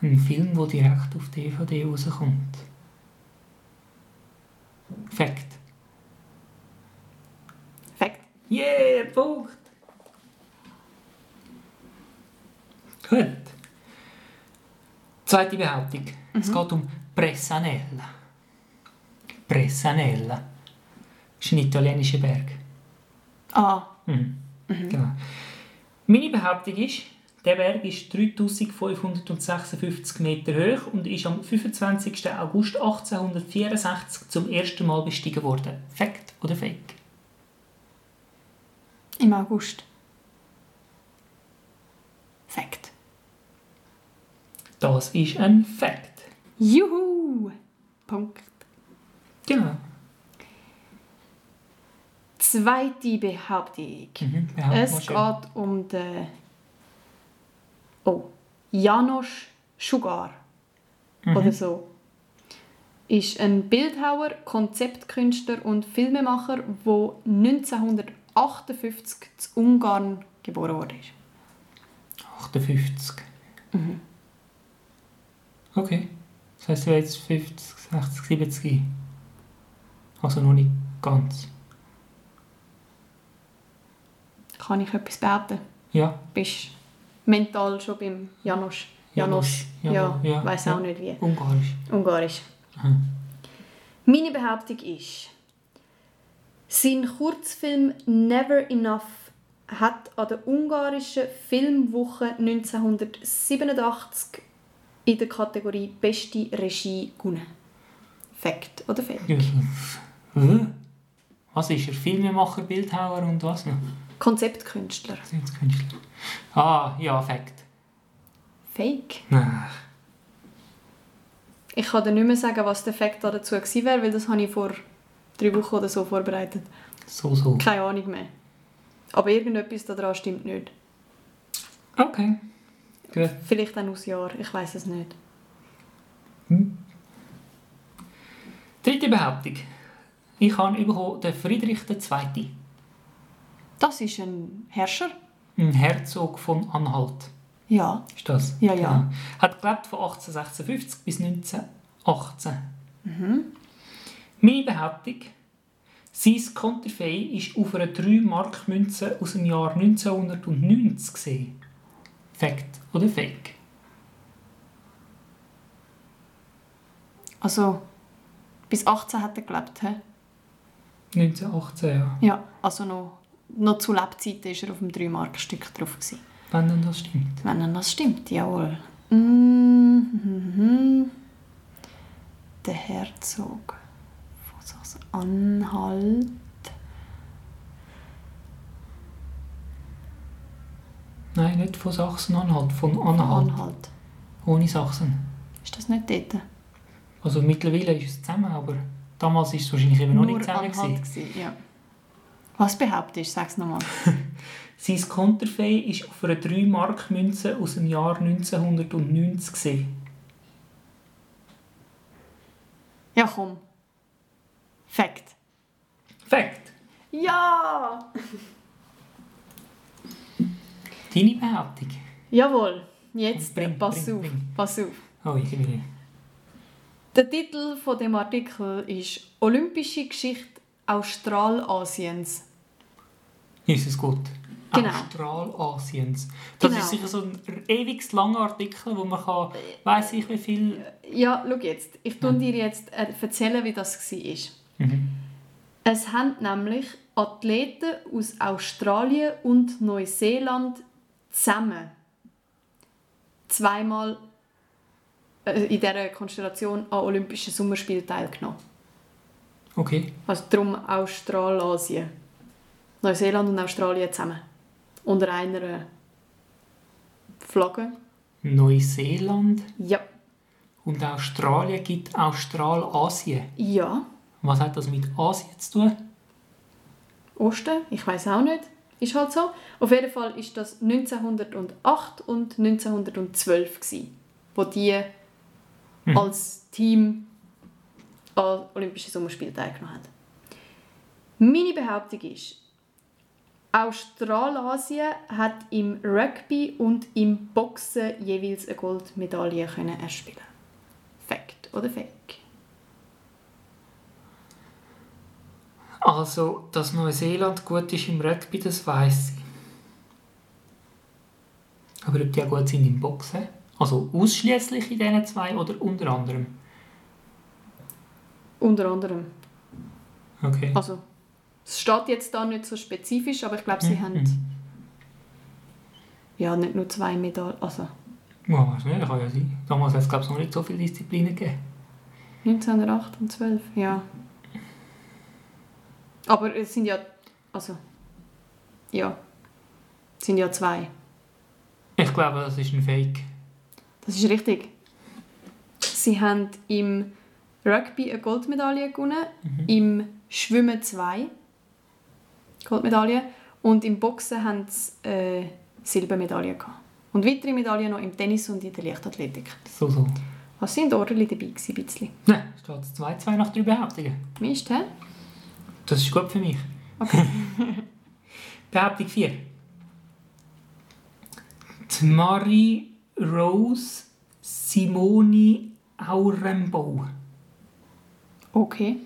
Speaker 1: Ein Film, der direkt auf DVD rauskommt. Fact.
Speaker 2: Fact.
Speaker 1: Yeah, Punkt. Gut. Zweite Behauptung. Es geht um Pressanella. Pressanella. ist ein italienischer Berg.
Speaker 2: Ah,
Speaker 1: Mhm. Genau. Meine Behauptung ist, der Berg ist 3556 Meter hoch und ist am 25. August 1864 zum ersten Mal bestiegen worden. Fact oder Fake?
Speaker 2: im August. Fact.
Speaker 1: Das ist ein Fact.
Speaker 2: Juhu! Punkt.
Speaker 1: Genau.
Speaker 2: Zweite Behauptung.
Speaker 1: Mhm. Behaupten wir
Speaker 2: Es
Speaker 1: schön.
Speaker 2: geht um den. Oh, Janosch Sugar.
Speaker 1: Mhm.
Speaker 2: Oder so. Ist ein Bildhauer, Konzeptkünstler und Filmemacher, der 1958 zu Ungarn geboren wurde.
Speaker 1: 58.
Speaker 2: Mhm.
Speaker 1: Okay. Das heisst, wir haben jetzt 50, 60, 70. Also noch nicht ganz.
Speaker 2: Kann ich etwas behaupten?
Speaker 1: Ja.
Speaker 2: Bist mental schon beim Janosch? Janosch.
Speaker 1: Janosch,
Speaker 2: Ja,
Speaker 1: Janosch, ja,
Speaker 2: weiß
Speaker 1: ja.
Speaker 2: auch nicht wie.
Speaker 1: Ungarisch.
Speaker 2: Ungarisch. Meine Behauptung ist, sein Kurzfilm Never Enough hat an der ungarischen Filmwoche 1987 in der Kategorie Beste Regie gewonnen. Fact oder Fake?
Speaker 1: Ja. Äh? Was ist er? Filmemacher, Bildhauer und was noch?
Speaker 2: Konzeptkünstler.
Speaker 1: Künstler. Ah, ja, Fakt.
Speaker 2: Fake?
Speaker 1: Nein.
Speaker 2: Ich kann dir nicht mehr sagen, was der Fact dazu gewesen wäre, weil das habe ich vor drei Wochen oder so vorbereitet.
Speaker 1: So, so.
Speaker 2: Keine Ahnung mehr. Aber irgendetwas daran stimmt nicht.
Speaker 1: Okay. Gut.
Speaker 2: Vielleicht ein aus Jahr, ich weiß es nicht.
Speaker 1: Dritte Behauptung. Ich habe bekommen, den Friedrich II.,
Speaker 2: Das ist ein Herrscher?
Speaker 1: ein Herzog von Anhalt.
Speaker 2: Ja.
Speaker 1: Ist das?
Speaker 2: Ja, ja.
Speaker 1: Genau. Hat gelebt von 1856 bis 1918.
Speaker 2: Mhm.
Speaker 1: Meine Behauptung, sein Konterfei ist auf einer 3-Mark-Münze aus dem Jahr 1990 gesehen. Fact oder Fake?
Speaker 2: Also, bis 18 hat er gelebt, hä?
Speaker 1: 1918, ja.
Speaker 2: Ja. Also noch, noch zu Lebzeiten war er auf dem 3-Mark-Stück drauf. Gewesen.
Speaker 1: Wenn denn das stimmt.
Speaker 2: Wenn dann das stimmt, jawohl. Mhm. Der Herzog von Sachsen-Anhalt.
Speaker 1: Nein, nicht von Sachsen-Anhalt, von Anhalt.
Speaker 2: Anhalt.
Speaker 1: Ohne Sachsen.
Speaker 2: Ist das nicht dort?
Speaker 1: Also mittlerweile ist es zusammen, aber damals ist es wahrscheinlich eben noch nicht zusammen. gewesen.
Speaker 2: gewesen, ja. Was behauptest du? Sag es nochmal.
Speaker 1: Sein Konterfei ist auf einer 3-Mark-Münze aus dem Jahr 1990 gesehen.
Speaker 2: ja, komm. Fact.
Speaker 1: Fact!
Speaker 2: Ja!
Speaker 1: Deine Behauptung?
Speaker 2: Jawohl, jetzt
Speaker 1: Bring,
Speaker 2: pass
Speaker 1: bring,
Speaker 2: auf,
Speaker 1: bring.
Speaker 2: pass auf.
Speaker 1: Oh, ich will.
Speaker 2: Der Titel von dem Artikel ist «Olympische Geschichte Australasiens».
Speaker 1: Ist es gut.
Speaker 2: Genau.
Speaker 1: Australasiens. Das
Speaker 2: Genau.
Speaker 1: ist sicher so ein ewig langer Artikel, wo man kann, weiss ich wie viel...
Speaker 2: Ja, schau jetzt. Ich tun dir jetzt äh, erzählen, wie das war.
Speaker 1: Mhm.
Speaker 2: Es haben nämlich Athleten aus Australien und Neuseeland zusammen zweimal äh, in dieser Konstellation an Olympischen Sommerspielen teilgenommen.
Speaker 1: Okay.
Speaker 2: Also darum Australasien. Neuseeland und Australien zusammen. Unter einer Flagge.
Speaker 1: Neuseeland
Speaker 2: Ja.
Speaker 1: und Australien gibt Australasien.
Speaker 2: Ja.
Speaker 1: Was hat das mit Asien zu tun?
Speaker 2: Osten, ich weiß auch nicht, ist halt so. Auf jeden Fall ist das 1908 und 1912 gsi, wo die als Team an Olympischen Sommerspielen teilgenommen haben. Meine Behauptung ist, Australasien hat im Rugby und im Boxen jeweils eine Goldmedaille können erspielen. Fact oder Fake?
Speaker 1: Also, dass Neuseeland gut ist im Rugby, das weiss ich. Aber ob die auch gut sind im Boxen? Also ausschließlich in diesen zwei oder unter anderem?
Speaker 2: Unter anderem.
Speaker 1: Okay.
Speaker 2: Also, es steht jetzt da nicht so spezifisch, aber ich glaube, sie haben ja nicht nur zwei Medaillen. Also,
Speaker 1: Ja, weiß nicht, kann ja sein. Damals hat es glaube ich noch nicht so viele Disziplinen gegeben.
Speaker 2: 1908 und 12, ja. Aber es sind ja. Also. Ja. Es sind ja zwei.
Speaker 1: Ich glaube, das ist ein Fake.
Speaker 2: Das ist richtig. Sie haben im Rugby eine Goldmedaille gewonnen, im Schwimmen zwei Goldmedaillen und im Boxen haben sie äh, Silbermedaille gehabt. Und weitere Medaillen noch im Tennis und in der Leichtathletik.
Speaker 1: So, so.
Speaker 2: Was sind Orderli dabei gewesen, ein bisschen?
Speaker 1: Nein, steht 2-2 nach drei Behauptungen.
Speaker 2: Mist, hä?
Speaker 1: Das ist gut für mich. Behauptung 4. Die Marie Rose Simoni Aurenbau.
Speaker 2: Okay.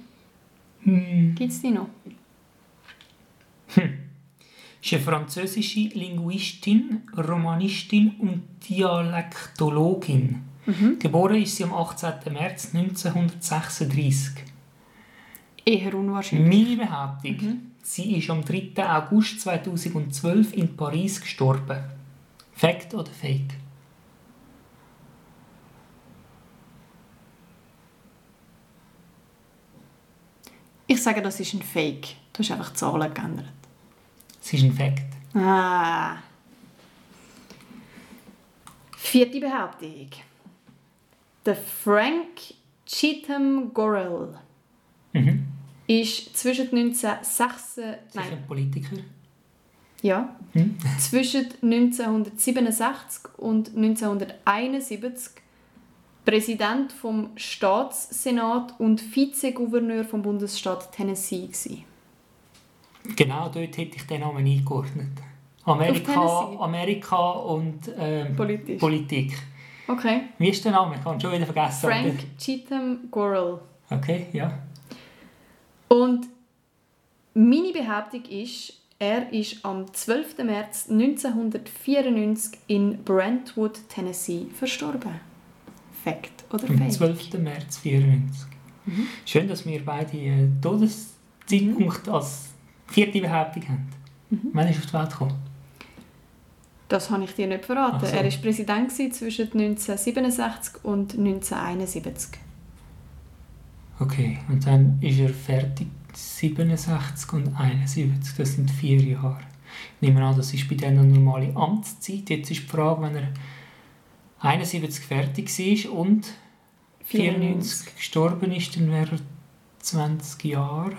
Speaker 1: Hm.
Speaker 2: Gibt es die noch?
Speaker 1: Ist eine französische Linguistin, Romanistin und Dialektologin. Geboren ist sie am 18. März 1936.
Speaker 2: Eher unwahrscheinlich.
Speaker 1: Meine Behauptung, sie ist am 3. August 2012 in Paris gestorben. Fact oder Fake?
Speaker 2: Ich sage, das ist ein Fake. Du hast einfach die Zahlen geändert.
Speaker 1: Es ist ein Fact.
Speaker 2: Ah. Vierte Behauptung. Der Frank Cheatham Gorell
Speaker 1: Mhm.
Speaker 2: ist zwischen 1906
Speaker 1: Sicher
Speaker 2: nein,
Speaker 1: ein Politiker.
Speaker 2: ja,
Speaker 1: Hm?
Speaker 2: zwischen 1967 und 1971 Präsident vom Staatssenat und Vizegouverneur vom Bundesstaat Tennessee gewesen.
Speaker 1: Genau dort hätte ich den Namen eingeordnet.
Speaker 2: Auf
Speaker 1: Amerika,
Speaker 2: Tennessee.
Speaker 1: Amerika und ähm,
Speaker 2: Politisch.
Speaker 1: Politik.
Speaker 2: Okay.
Speaker 1: Wie ist der Name? Ich habe ihn schon wieder vergessen.
Speaker 2: Frank Cheatham Gorell.
Speaker 1: Okay, ja.
Speaker 2: Und meine Behauptung ist, er ist am 12. März 1994 in Brentwood, Tennessee verstorben. Fact oder
Speaker 1: Am
Speaker 2: Fake?
Speaker 1: 12. März 1994.
Speaker 2: Mhm.
Speaker 1: Schön, dass wir beide äh, Todeszeitpunkt als vierte Behauptung haben.
Speaker 2: Mhm.
Speaker 1: Wann ist er auf die Welt gekommen?
Speaker 2: Das habe ich dir nicht
Speaker 1: Ach
Speaker 2: verraten.
Speaker 1: so.
Speaker 2: Er war Präsident gewesen zwischen 1967 und 1971.
Speaker 1: Okay, und dann ist er fertig 67 und 71, das sind vier Jahre. Ich nehme an, das ist bei denen eine normale Amtszeit. Jetzt ist die Frage, wenn er 71 fertig war und 94 gestorben ist, dann wäre er 20 Jahre.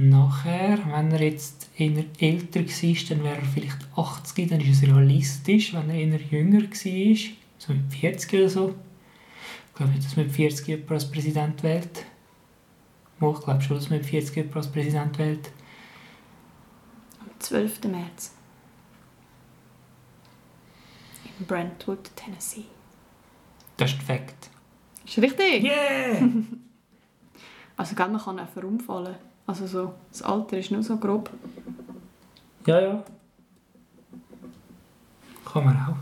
Speaker 1: Nachher, wenn er jetzt eher älter war, dann wäre er vielleicht 80, dann ist es realistisch. Wenn er eher jünger war, so mit 40 oder so, ich glaube nicht, dass mit 40 jemand als Präsident wählt. Mo, Ich glaube schon, dass mit 40 jemand als Präsident wählt.
Speaker 2: Am 12. März. In Brentwood, Tennessee.
Speaker 1: Das ist ein Fakt.
Speaker 2: Ist richtig?
Speaker 1: Yeah!
Speaker 2: Also gell, man kann einfach umfallen. Also so, das Alter ist nur so grob.
Speaker 1: Ja, ja. Kann man auch.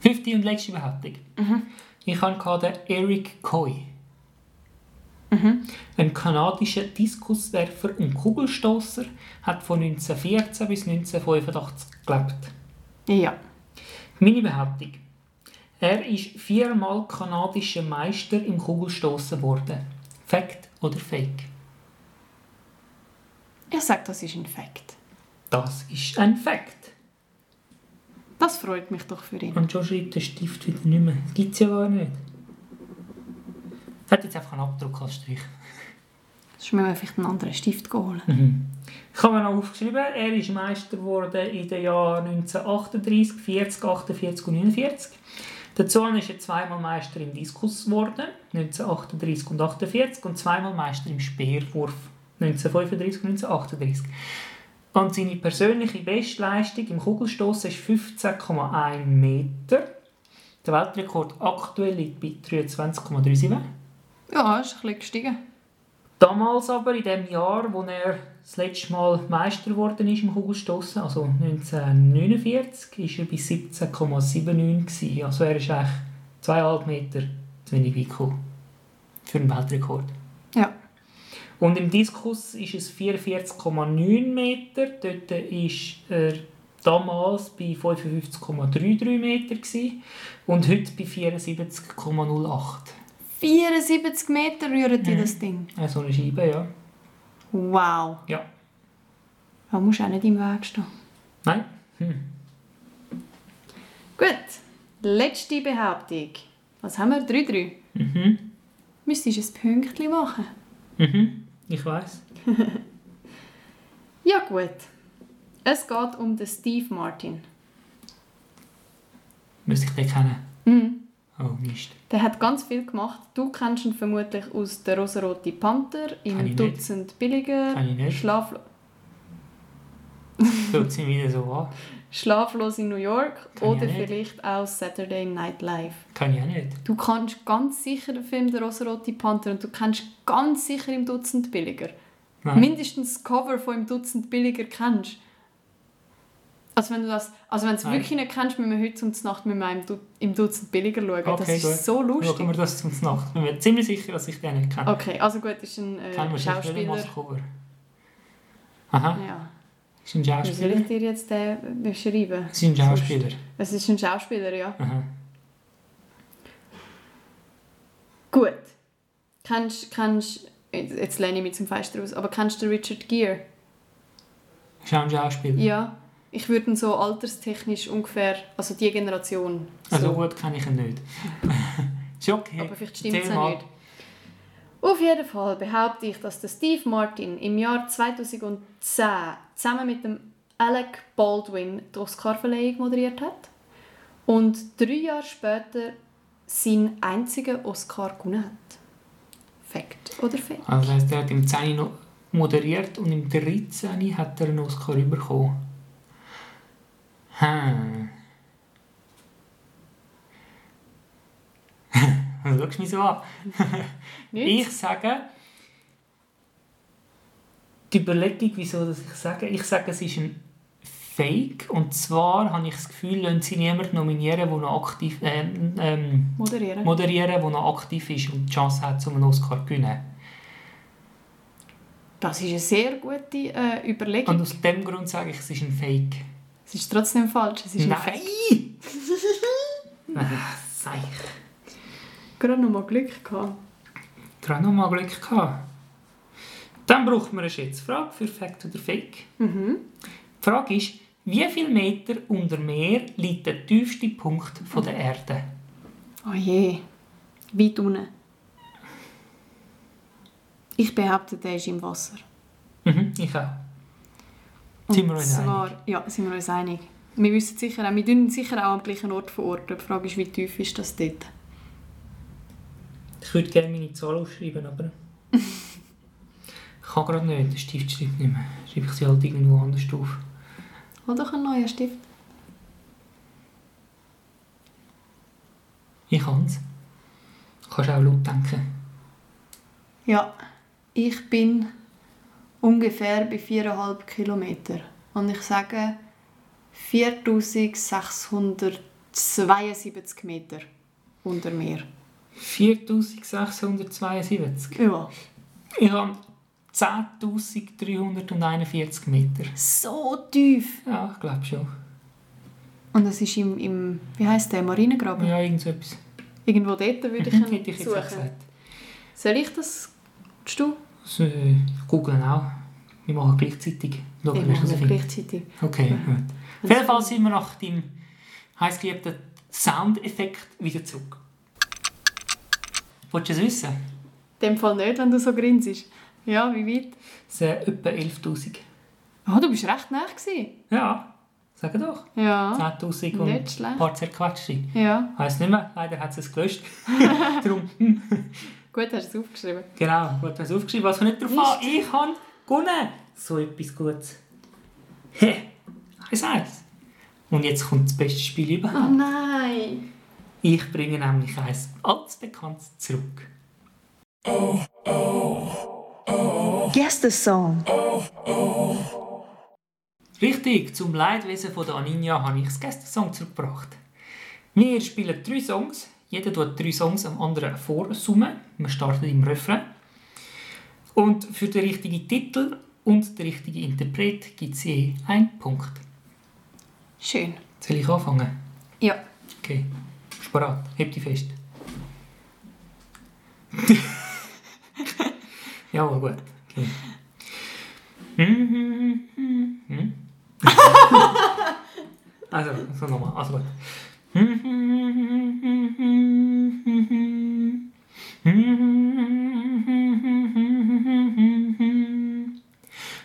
Speaker 1: Fünfte und letzte Behauptung. Ich hatte den Eric Coy. Ein kanadischer Diskuswerfer und Kugelstoßer hat von 1914 bis 1985 gelebt.
Speaker 2: Ja.
Speaker 1: Meine Behauptung. Er ist viermal kanadischer Meister im Kugelstoßen worden. Fact oder Fake?
Speaker 2: Ich sage, das ist ein Fakt.
Speaker 1: Das ist ein Fact.
Speaker 2: Das freut mich doch für ihn.
Speaker 1: Und schon schreibt der Stift wieder nicht mehr. Gibt's ja gar nicht. Hat jetzt einfach einen Abdruck als Strich.
Speaker 2: Sonst müssen wir vielleicht einen anderen Stift holen.
Speaker 1: Ich habe mir noch aufgeschrieben, er ist Meister geworden in den Jahren 1938, 40, 48 und 49. Dazu ist er zweimal Meister im Diskus geworden, 1938 und 48, und zweimal Meister im Speerwurf, 1935 und 1938. Und seine persönliche Bestleistung im Kugelstoßen ist 15,1 Meter. Der Weltrekord aktuell liegt bei 23,37.
Speaker 2: Ja, ist ein bisschen gestiegen.
Speaker 1: Damals aber, in dem Jahr, wo er das letzte Mal Meister geworden ist im Kugelstossen, also 1949, war er bei 17,79. gewesen. Also er ist eigentlich 2,5 Meter zu wenig weit gekommen für den Weltrekord.
Speaker 2: Ja.
Speaker 1: Und im Diskus ist es 44,9 Meter. Dort ist er damals bei 55,33 Meter gewesen und heute bei 74,08.
Speaker 2: 74 Meter rühren die das Ding.
Speaker 1: Äh, So eine Scheibe, ja.
Speaker 2: Wow.
Speaker 1: Ja.
Speaker 2: Da musst du auch nicht im Weg stehen.
Speaker 1: Nein?
Speaker 2: Gut. Letzte Behauptung. Was haben wir? 3-3.
Speaker 1: Mhm.
Speaker 2: Müsstest du ein Pünktchen machen?
Speaker 1: Mhm. Ich weiß.
Speaker 2: Ja gut. Es geht um den Steve Martin.
Speaker 1: Müsste ich den kennen?
Speaker 2: Mhm.
Speaker 1: Oh, Mist.
Speaker 2: Der hat ganz viel gemacht. Du kennst ihn vermutlich aus «Der rosarote Panther»,
Speaker 1: Kenn ich
Speaker 2: «Im
Speaker 1: nicht. Kenn
Speaker 2: Dutzend
Speaker 1: ich
Speaker 2: billiger»,
Speaker 1: nicht.
Speaker 2: Schlaflo
Speaker 1: Fühlt sich wieder so an.
Speaker 2: «Schlaflos in New York»
Speaker 1: Kenn ich
Speaker 2: oder
Speaker 1: nicht.
Speaker 2: vielleicht auch «Saturday Night Live».
Speaker 1: Kann ich auch nicht.
Speaker 2: Du kennst ganz sicher den Film «Der rosarote Panther» und du kennst ganz sicher «Im Dutzend billiger».
Speaker 1: Nein.
Speaker 2: Mindestens das Cover von «Im Dutzend billiger» kennst. Also wenn du das, also wenn du es
Speaker 1: Nein.
Speaker 2: wirklich nicht kennst, müssen wir heute um die Nacht mit meinem du «Im Dutzend billiger» schauen. das
Speaker 1: Okay,
Speaker 2: ist
Speaker 1: gut.
Speaker 2: so lustig.
Speaker 1: Schauen wir das zum Nacht. Ich bin mir ziemlich sicher, dass ich den nicht kenne.
Speaker 2: Okay, also gut, ist ein
Speaker 1: Kennen
Speaker 2: äh,
Speaker 1: wir sicher nicht
Speaker 2: Schauspieler.
Speaker 1: als Cover. Aha,
Speaker 2: Ja.
Speaker 1: ist ein
Speaker 2: Wie soll ich
Speaker 1: Schauspieler.
Speaker 2: dir jetzt den beschreiben?
Speaker 1: Ist ein Schauspieler.
Speaker 2: Es ist ein Schauspieler, ja.
Speaker 1: Aha.
Speaker 2: Gut. Kennst, kennst, jetzt lehne ich mich zum Fenster aus, aber kennst du Richard Gere?
Speaker 1: Ist auch ein Schauspieler.
Speaker 2: Ja. Ich würde ihn so alterstechnisch ungefähr, also die Generation, so.
Speaker 1: Also gut kenne ich ihn nicht. ist okay.
Speaker 2: aber vielleicht stimmt es
Speaker 1: Erzähl
Speaker 2: auch
Speaker 1: mal.
Speaker 2: nicht. Auf jeden Fall behaupte ich, dass der Steve Martin im Jahr 2010 zusammen mit dem Alec Baldwin die Oscarverleihung moderiert hat und drei Jahre später seinen einzigen Oscar gewonnen hat. Fact oder Fake?
Speaker 1: Also das heisst, er hat im 10 noch moderiert und im 13 hat er einen Oscar bekommen. Hm. Was schaust du Also, mich so an?
Speaker 2: Nicht?
Speaker 1: Ich sage, die Überlegung, wieso dass ich sage, ich sage, es ist ein Fake. Und zwar habe ich das Gefühl, lassen sie niemanden nominieren, der noch aktiv ähm, ähm,
Speaker 2: Moderieren.
Speaker 1: moderieren, der noch aktiv ist und die Chance hat, um einen Oscar zu gewinnen.
Speaker 2: Das ist eine sehr gute äh,
Speaker 1: Und
Speaker 2: Überlegung.
Speaker 1: aus dem Grund sage ich, es ist ein Fake.
Speaker 2: Es ist trotzdem falsch. Es ist ein Fake.
Speaker 1: Nein! Ach, sei ich.
Speaker 2: Gerade noch mal Glück gehabt.
Speaker 1: Gerade noch mal Glück gehabt. Dann braucht man eine Schätzfrage für Fact oder Fake.
Speaker 2: Mhm.
Speaker 1: Die Frage ist, wie viele Meter unter Meer liegt der tiefste Punkt von der Erde?
Speaker 2: Oh je. Weit unten. Ich behaupte, der ist im Wasser.
Speaker 1: Mhm, ich auch. Sind wir
Speaker 2: Und
Speaker 1: uns einig?
Speaker 2: zwar- Ja, sind wir uns einig. Wir wissen sicher auch, wir tun sicher auch am gleichen Ort verorten. Die Frage ist, wie tief ist das dort?
Speaker 1: Ich würde gerne meine Zahl aufschreiben, aber... ich kann gerade nicht, der Stift schreibt nicht mehr. Schreibe ich sie halt irgendwo anders auf.
Speaker 2: Hol doch einen neuen Stift.
Speaker 1: Ich kann's. kannst auch laut denken.
Speaker 2: Ja, ich bin ungefähr bei 4,5 Kilometer. Und ich sage 4672 Meter unter mir.
Speaker 1: 4672.
Speaker 2: Ja.
Speaker 1: Ich habe 10.341 Meter.
Speaker 2: So tief!
Speaker 1: Ja, ich glaube schon.
Speaker 2: Und das ist im, im wie heisst der, Marinegraben?
Speaker 1: Ja, irgend so etwas. Hm,
Speaker 2: Irgendwo dort würde ich
Speaker 1: Hätte
Speaker 2: ihn
Speaker 1: ich jetzt auch
Speaker 2: suchen.
Speaker 1: gesagt.
Speaker 2: Soll ich das? Willst du?
Speaker 1: Das, äh, googeln auch. Wir machen gleichzeitig. Schauen,
Speaker 2: Ich
Speaker 1: wer
Speaker 2: mache
Speaker 1: das
Speaker 2: das
Speaker 1: findet.
Speaker 2: gleichzeitig.
Speaker 1: Okay, gut. Auf jeden Fall sind wir nach deinem heißgeliebten Soundeffekt wieder zurück. Wolltest du es wissen?
Speaker 2: In dem Fall nicht, wenn du so grinsest. Ja, wie weit?
Speaker 1: Es sind etwa 11.000.
Speaker 2: Ah, du bist recht nah. gewesen.
Speaker 1: Ja, sag doch.
Speaker 2: Ja.
Speaker 1: 10.000 und
Speaker 2: Nicht schlecht.
Speaker 1: ein paar zerquetschte.
Speaker 2: Ja.
Speaker 1: Weiss nicht mehr, leider hat es gelöscht. Darum, hm,
Speaker 2: Gut, hast du es aufgeschrieben.
Speaker 1: genau, gut, was aufgeschrieben, was kommt nicht drauf an. Ich habe gewonnen. So etwas Gutes. Hä? Eins, eins. Und jetzt kommt das beste Spiel überhaupt.
Speaker 2: Oh nein!
Speaker 1: Ich bringe nämlich eins altbekanntes zurück.
Speaker 3: Guess the song.
Speaker 1: Richtig, zum Leidwesen von der Aninja habe ich das Gästesong zurückgebracht. Wir spielen drei Songs. Jeder tut drei Songs am anderen vorsummen. Wir starten im Refrain. Und für den richtigen Titel und den richtigen Interpret gibt es je einen Punkt.
Speaker 2: Schön.
Speaker 1: Soll ich anfangen?
Speaker 2: Ja.
Speaker 1: Okay. Bist du bereit? Heb dich fest. Jawohl, gut. Okay. Mhm, mhm, mhm. also, so nochmal. Also gut. é.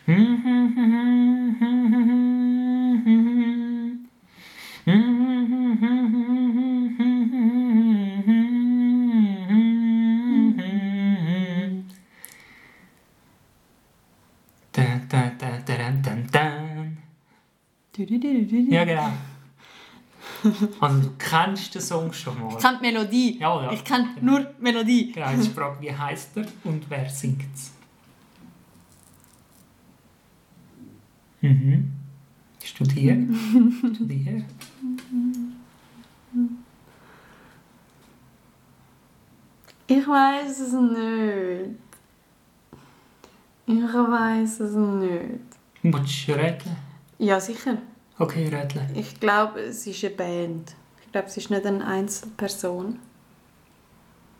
Speaker 1: Hm. Dun, dun, dun, dun, dun, dun. Ja, genau. Also du kennst den Song schon mal.
Speaker 2: Ich kenne die Melodie.
Speaker 1: Jawohl, ja.
Speaker 2: Ich kenne nur die Melodie.
Speaker 1: Genau, jetzt frage wie heißt er und wer singt's? Mhm. Studier. Studier.
Speaker 2: Ich weiß es nicht. Ich weiß es nicht.
Speaker 1: Willst du rätseln?
Speaker 2: Ja, sicher.
Speaker 1: Okay, rätseln.
Speaker 2: Ich glaube, es ist eine Band. Ich glaube, es ist nicht eine Einzelperson.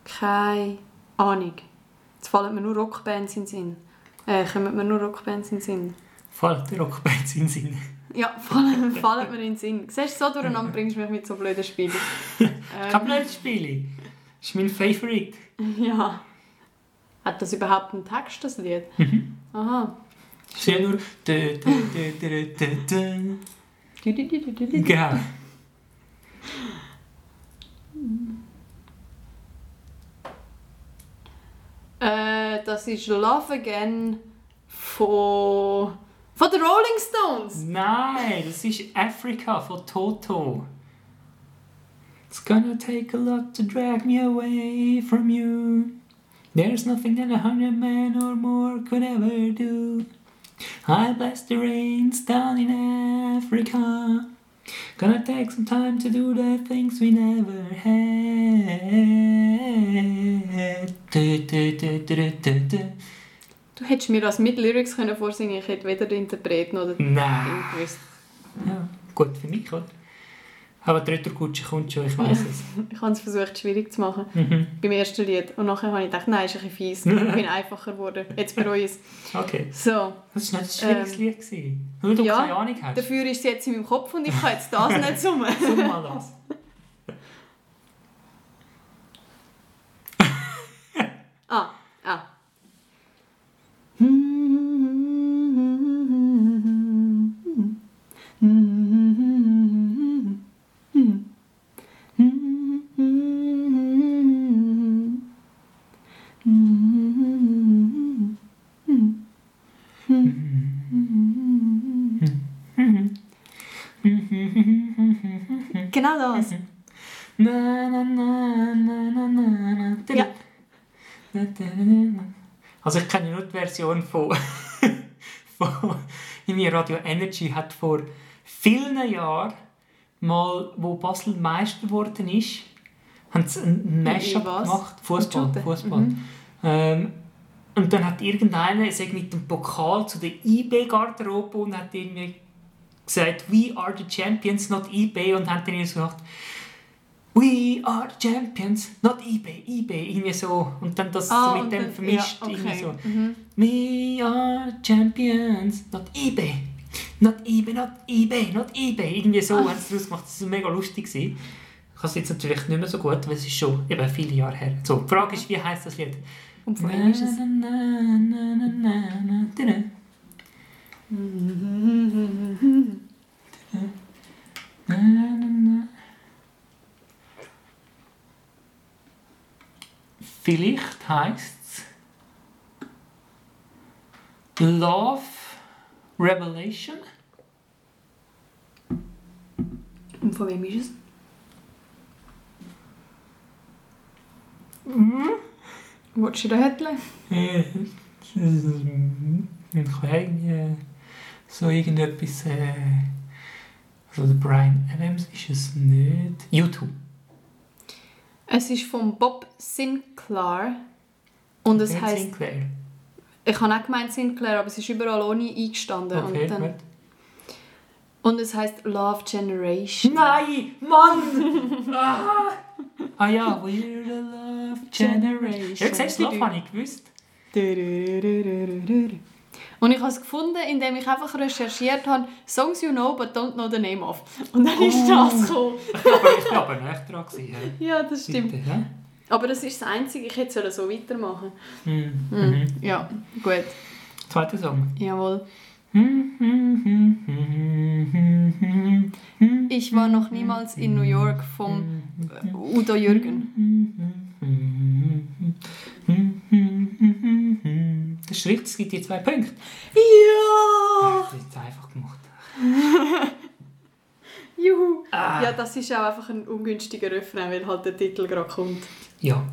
Speaker 2: Keine Ahnung. Jetzt fallen mir nur Rockbands in den Sinn. Äh, kommen mir nur Rockbands in den Sinn.
Speaker 1: Fällt der Rockband in den Sinn?
Speaker 2: Ja, fallen, fallen mir in den Sinn. Siehst du, so durcheinander bringst du mich mit so blöden Spielen. Ähm.
Speaker 1: Kein blödes Spiel. Das ist mein Favorit.
Speaker 2: Ja. Hat das überhaupt einen Text, das Lied? Aha.
Speaker 1: Es ist ja nur... dö, dö, dö, dö, dö, dö.
Speaker 2: Du, du, du, du, du, du.
Speaker 1: Genau.
Speaker 2: Äh, das ist Love Again von, von den Rolling Stones.
Speaker 1: Nein, das ist Africa von Toto. It's gonna take a lot to drag me away from you. There's nothing that a hundred men or more could ever do. I bless the rains down in Africa. Gonna take some time to do the things we never had. Du, du, du, du, du, du.
Speaker 2: Du hättest mir das mit Lyrics können vorsingen Ich hätte weder den Interpreten oder den
Speaker 1: Nein.
Speaker 2: Ding gewusst.
Speaker 1: Ja, gut für mich, oder? Aber die Retourkutsche kommt schon, ich weiß es.
Speaker 2: Ich habe es versucht, schwierig zu machen
Speaker 1: Mhm.
Speaker 2: beim ersten Lied. Und nachher habe ich gedacht, nein, ist ein bisschen fies. Ich bin einfacher geworden. Jetzt bereue ich es.
Speaker 1: Okay.
Speaker 2: So,
Speaker 1: Das war nicht ein schwieriges
Speaker 2: Ähm,
Speaker 1: Lied. Gewesen. Nur du
Speaker 2: ja,
Speaker 1: keine Ahnung hast.
Speaker 2: dafür ist es jetzt in meinem Kopf und ich kann jetzt das nicht summen.
Speaker 1: Sag mal das.
Speaker 2: Ah, ah. Genau das.
Speaker 1: Na, na, na, na, na, na, na. Didi.
Speaker 2: Ja.
Speaker 1: Na, da, da, da, da. Also ich kenne nur die Version von, von irgendwie Radio Energy hat vor vielen Jahren mal, wo Basel Meister geworden ist, haben sie ein Mashup
Speaker 2: was?
Speaker 1: gemacht. Fußball,
Speaker 2: Shooten.
Speaker 1: Fußball. Ähm, und dann hat irgendeiner sag, mit dem Pokal zu der IB-Garderobe und hat irgendwie gesagt, we are the champions, not eBay. Und haben dann irgendwie so gesagt, we are the champions, not eBay, eBay. Irgendwie so. Und dann das so
Speaker 2: Ah, und
Speaker 1: mit dem
Speaker 2: dann-
Speaker 1: vermischt.
Speaker 2: ja, okay. Mm-hmm.
Speaker 1: irgendwie so. We are champions, not eBay. Not eBay, not eBay, not eBay. Irgendwie
Speaker 2: Ah.
Speaker 1: so haben sie daraus gemacht. Das war mega lustig. gewesen. Ich kann es jetzt natürlich nicht mehr so gut, weil es ist schon eben viele Jahre her. So, die Frage ist, wie heisst das Lied?
Speaker 2: Und von ihm ist es.
Speaker 1: Vielleicht heißt's Love Revelation.
Speaker 2: Und von wem ist es? Willst du da hätteln?
Speaker 1: Äh, Ich weiß äh, so irgendetwas. Äh, also der Brian Adams ist es nicht. YouTube.
Speaker 2: Es ist von Bob Sinclair. Und es
Speaker 1: Ben
Speaker 2: heisst,
Speaker 1: Sinclair.
Speaker 2: ich habe auch gemeint Sinclair, aber es ist überall ohne eingestanden.
Speaker 1: Okay,
Speaker 2: und, dann,
Speaker 1: gut.
Speaker 2: und es heißt Love Generation.
Speaker 1: Nein, Mann! ah. ah ja, we're the Love Generation. Ja, siehst du, Love habe ich gewusst.
Speaker 2: Und ich habe es gefunden, indem ich einfach recherchiert habe, Songs you know, but don't know the name of. Und dann ist das gekommen.
Speaker 1: Ich bin aber, ich bin aber näher dran. Gewesen, hä?
Speaker 2: Ja, das stimmt.
Speaker 1: Seite, hä?
Speaker 2: Aber das ist das Einzige, ich hätte sollen so weitermachen
Speaker 1: Hm, mhm.
Speaker 2: Ja, gut.
Speaker 1: Zweiter Song. Hm,
Speaker 2: Jawohl.
Speaker 1: Ich
Speaker 2: Ich war noch niemals in New York
Speaker 1: Hm,
Speaker 2: vom äh, Udo Jürgen.
Speaker 1: Das ist richtig, es gibt die zwei Punkte.
Speaker 2: Ja!
Speaker 1: Das ist einfach gemacht.
Speaker 2: Juhu!
Speaker 1: Ah.
Speaker 2: Ja, das ist auch einfach ein ungünstiger Refrain, weil halt der Titel gerade kommt.
Speaker 1: Ja.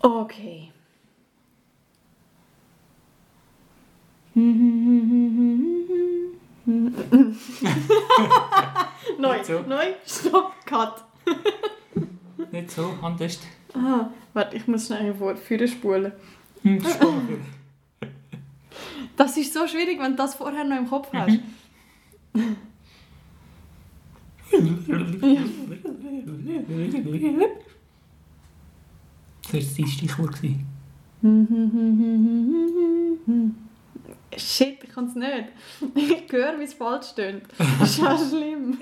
Speaker 2: Okay. neu,
Speaker 1: Nicht so.
Speaker 2: neu, stopp, cut.
Speaker 1: Nicht so, anders.
Speaker 2: Ah, warte, ich muss schnell vor, vorne spulen.
Speaker 1: Hm, das ist cool.
Speaker 2: Das ist so schwierig, wenn du das vorher noch im Kopf hast.
Speaker 1: Das war das Stichwort. gewesen.
Speaker 2: Shit, ich kann es nicht. Ich höre, wie es falsch stöhnt. Das ist ja schlimm.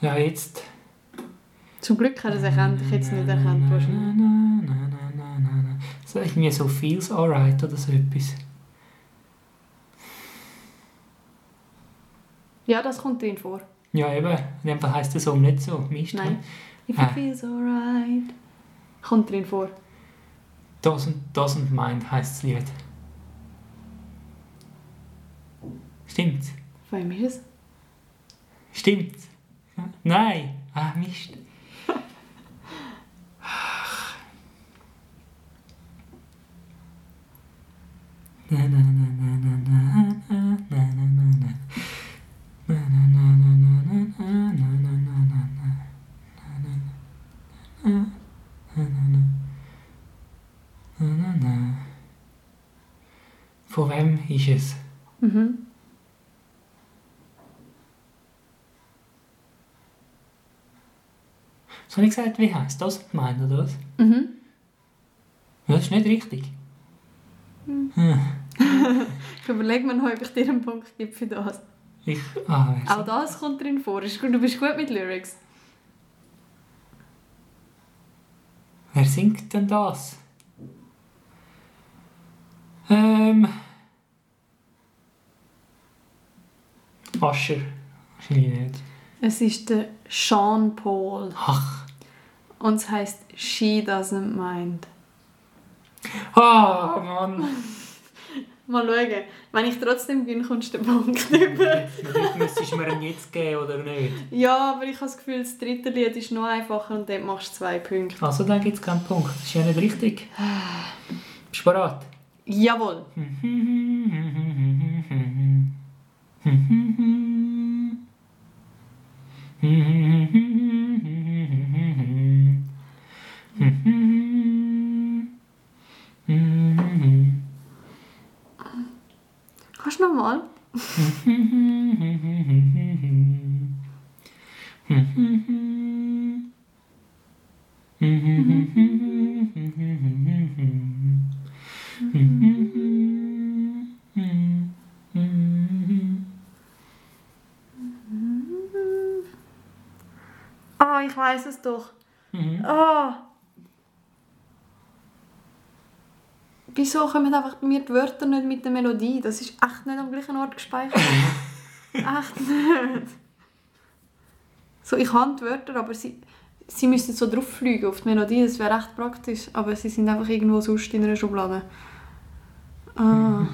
Speaker 1: Ja, jetzt.
Speaker 2: Zum Glück hat er es erkannt, ich hätte es nicht erkannt wahrscheinlich.
Speaker 1: Sag mir so feels alright oder so etwas.
Speaker 2: Ja, das kommt drin vor.
Speaker 1: Ja, eben. In dem Fall heisst der Song nicht so. Mist.
Speaker 2: Nein. If
Speaker 1: Ah.
Speaker 2: it feels alright. Kommt drin vor.
Speaker 1: Doesn't, doesn't mind heisst das Lied. Stimmt.
Speaker 2: Von wem ist es?
Speaker 1: Stimmt. Ja. Nein. Ah, Mist. Ach. Na, na, na, na, na, na, na, na, na, na, na. Na, na, na, na, na, na, na, na, na, na, na, na. Na, na, na, na, na, na, na, na, na. Von wem ist es?
Speaker 2: Mhm.
Speaker 1: So habe ich gesagt, wie heißt das? Meint ihr das?
Speaker 2: Mhm.
Speaker 1: Na, Ja, das ist nicht richtig.
Speaker 2: Ich überlege mir noch, ob ich dir einen Punkt gebe für das.
Speaker 1: Ich, ah, merci.
Speaker 2: Auch das kommt drin vor. Ist gut, Du bist gut mit Lyrics.
Speaker 1: Wer singt denn das? Ähm. Ascher. Wahrscheinlich nicht.
Speaker 2: Es ist der Sean Paul.
Speaker 1: Ach.
Speaker 2: Und es heisst She Doesn't Mind.
Speaker 1: Ah, Mann.
Speaker 2: Mal schauen. Wenn ich trotzdem gewinne, kommst du den Punkt über.
Speaker 1: Vielleicht müsstest du mir ihn jetzt geben, oder nicht?
Speaker 2: Ja, aber ich habe das Gefühl, das dritte Lied ist noch einfacher und dort machst du zwei Punkte.
Speaker 1: Also, dann gibt es keinen Punkt. Das ist ja nicht richtig. Bist du bereit?
Speaker 2: Jawohl.
Speaker 1: Mm-hmm.
Speaker 2: Kannst du nochmal? Ah, ich weiß es doch. Ah. Wieso kommen einfach bei mir die Wörter nicht mit der Melodie? Das ist echt nicht am gleichen Ort gespeichert. echt nicht. So, ich habe die Wörter, aber sie, sie müssten so drauf fliegen auf die Melodie. Das wäre echt praktisch. Aber sie sind einfach irgendwo sonst in einer Schublade. Ah.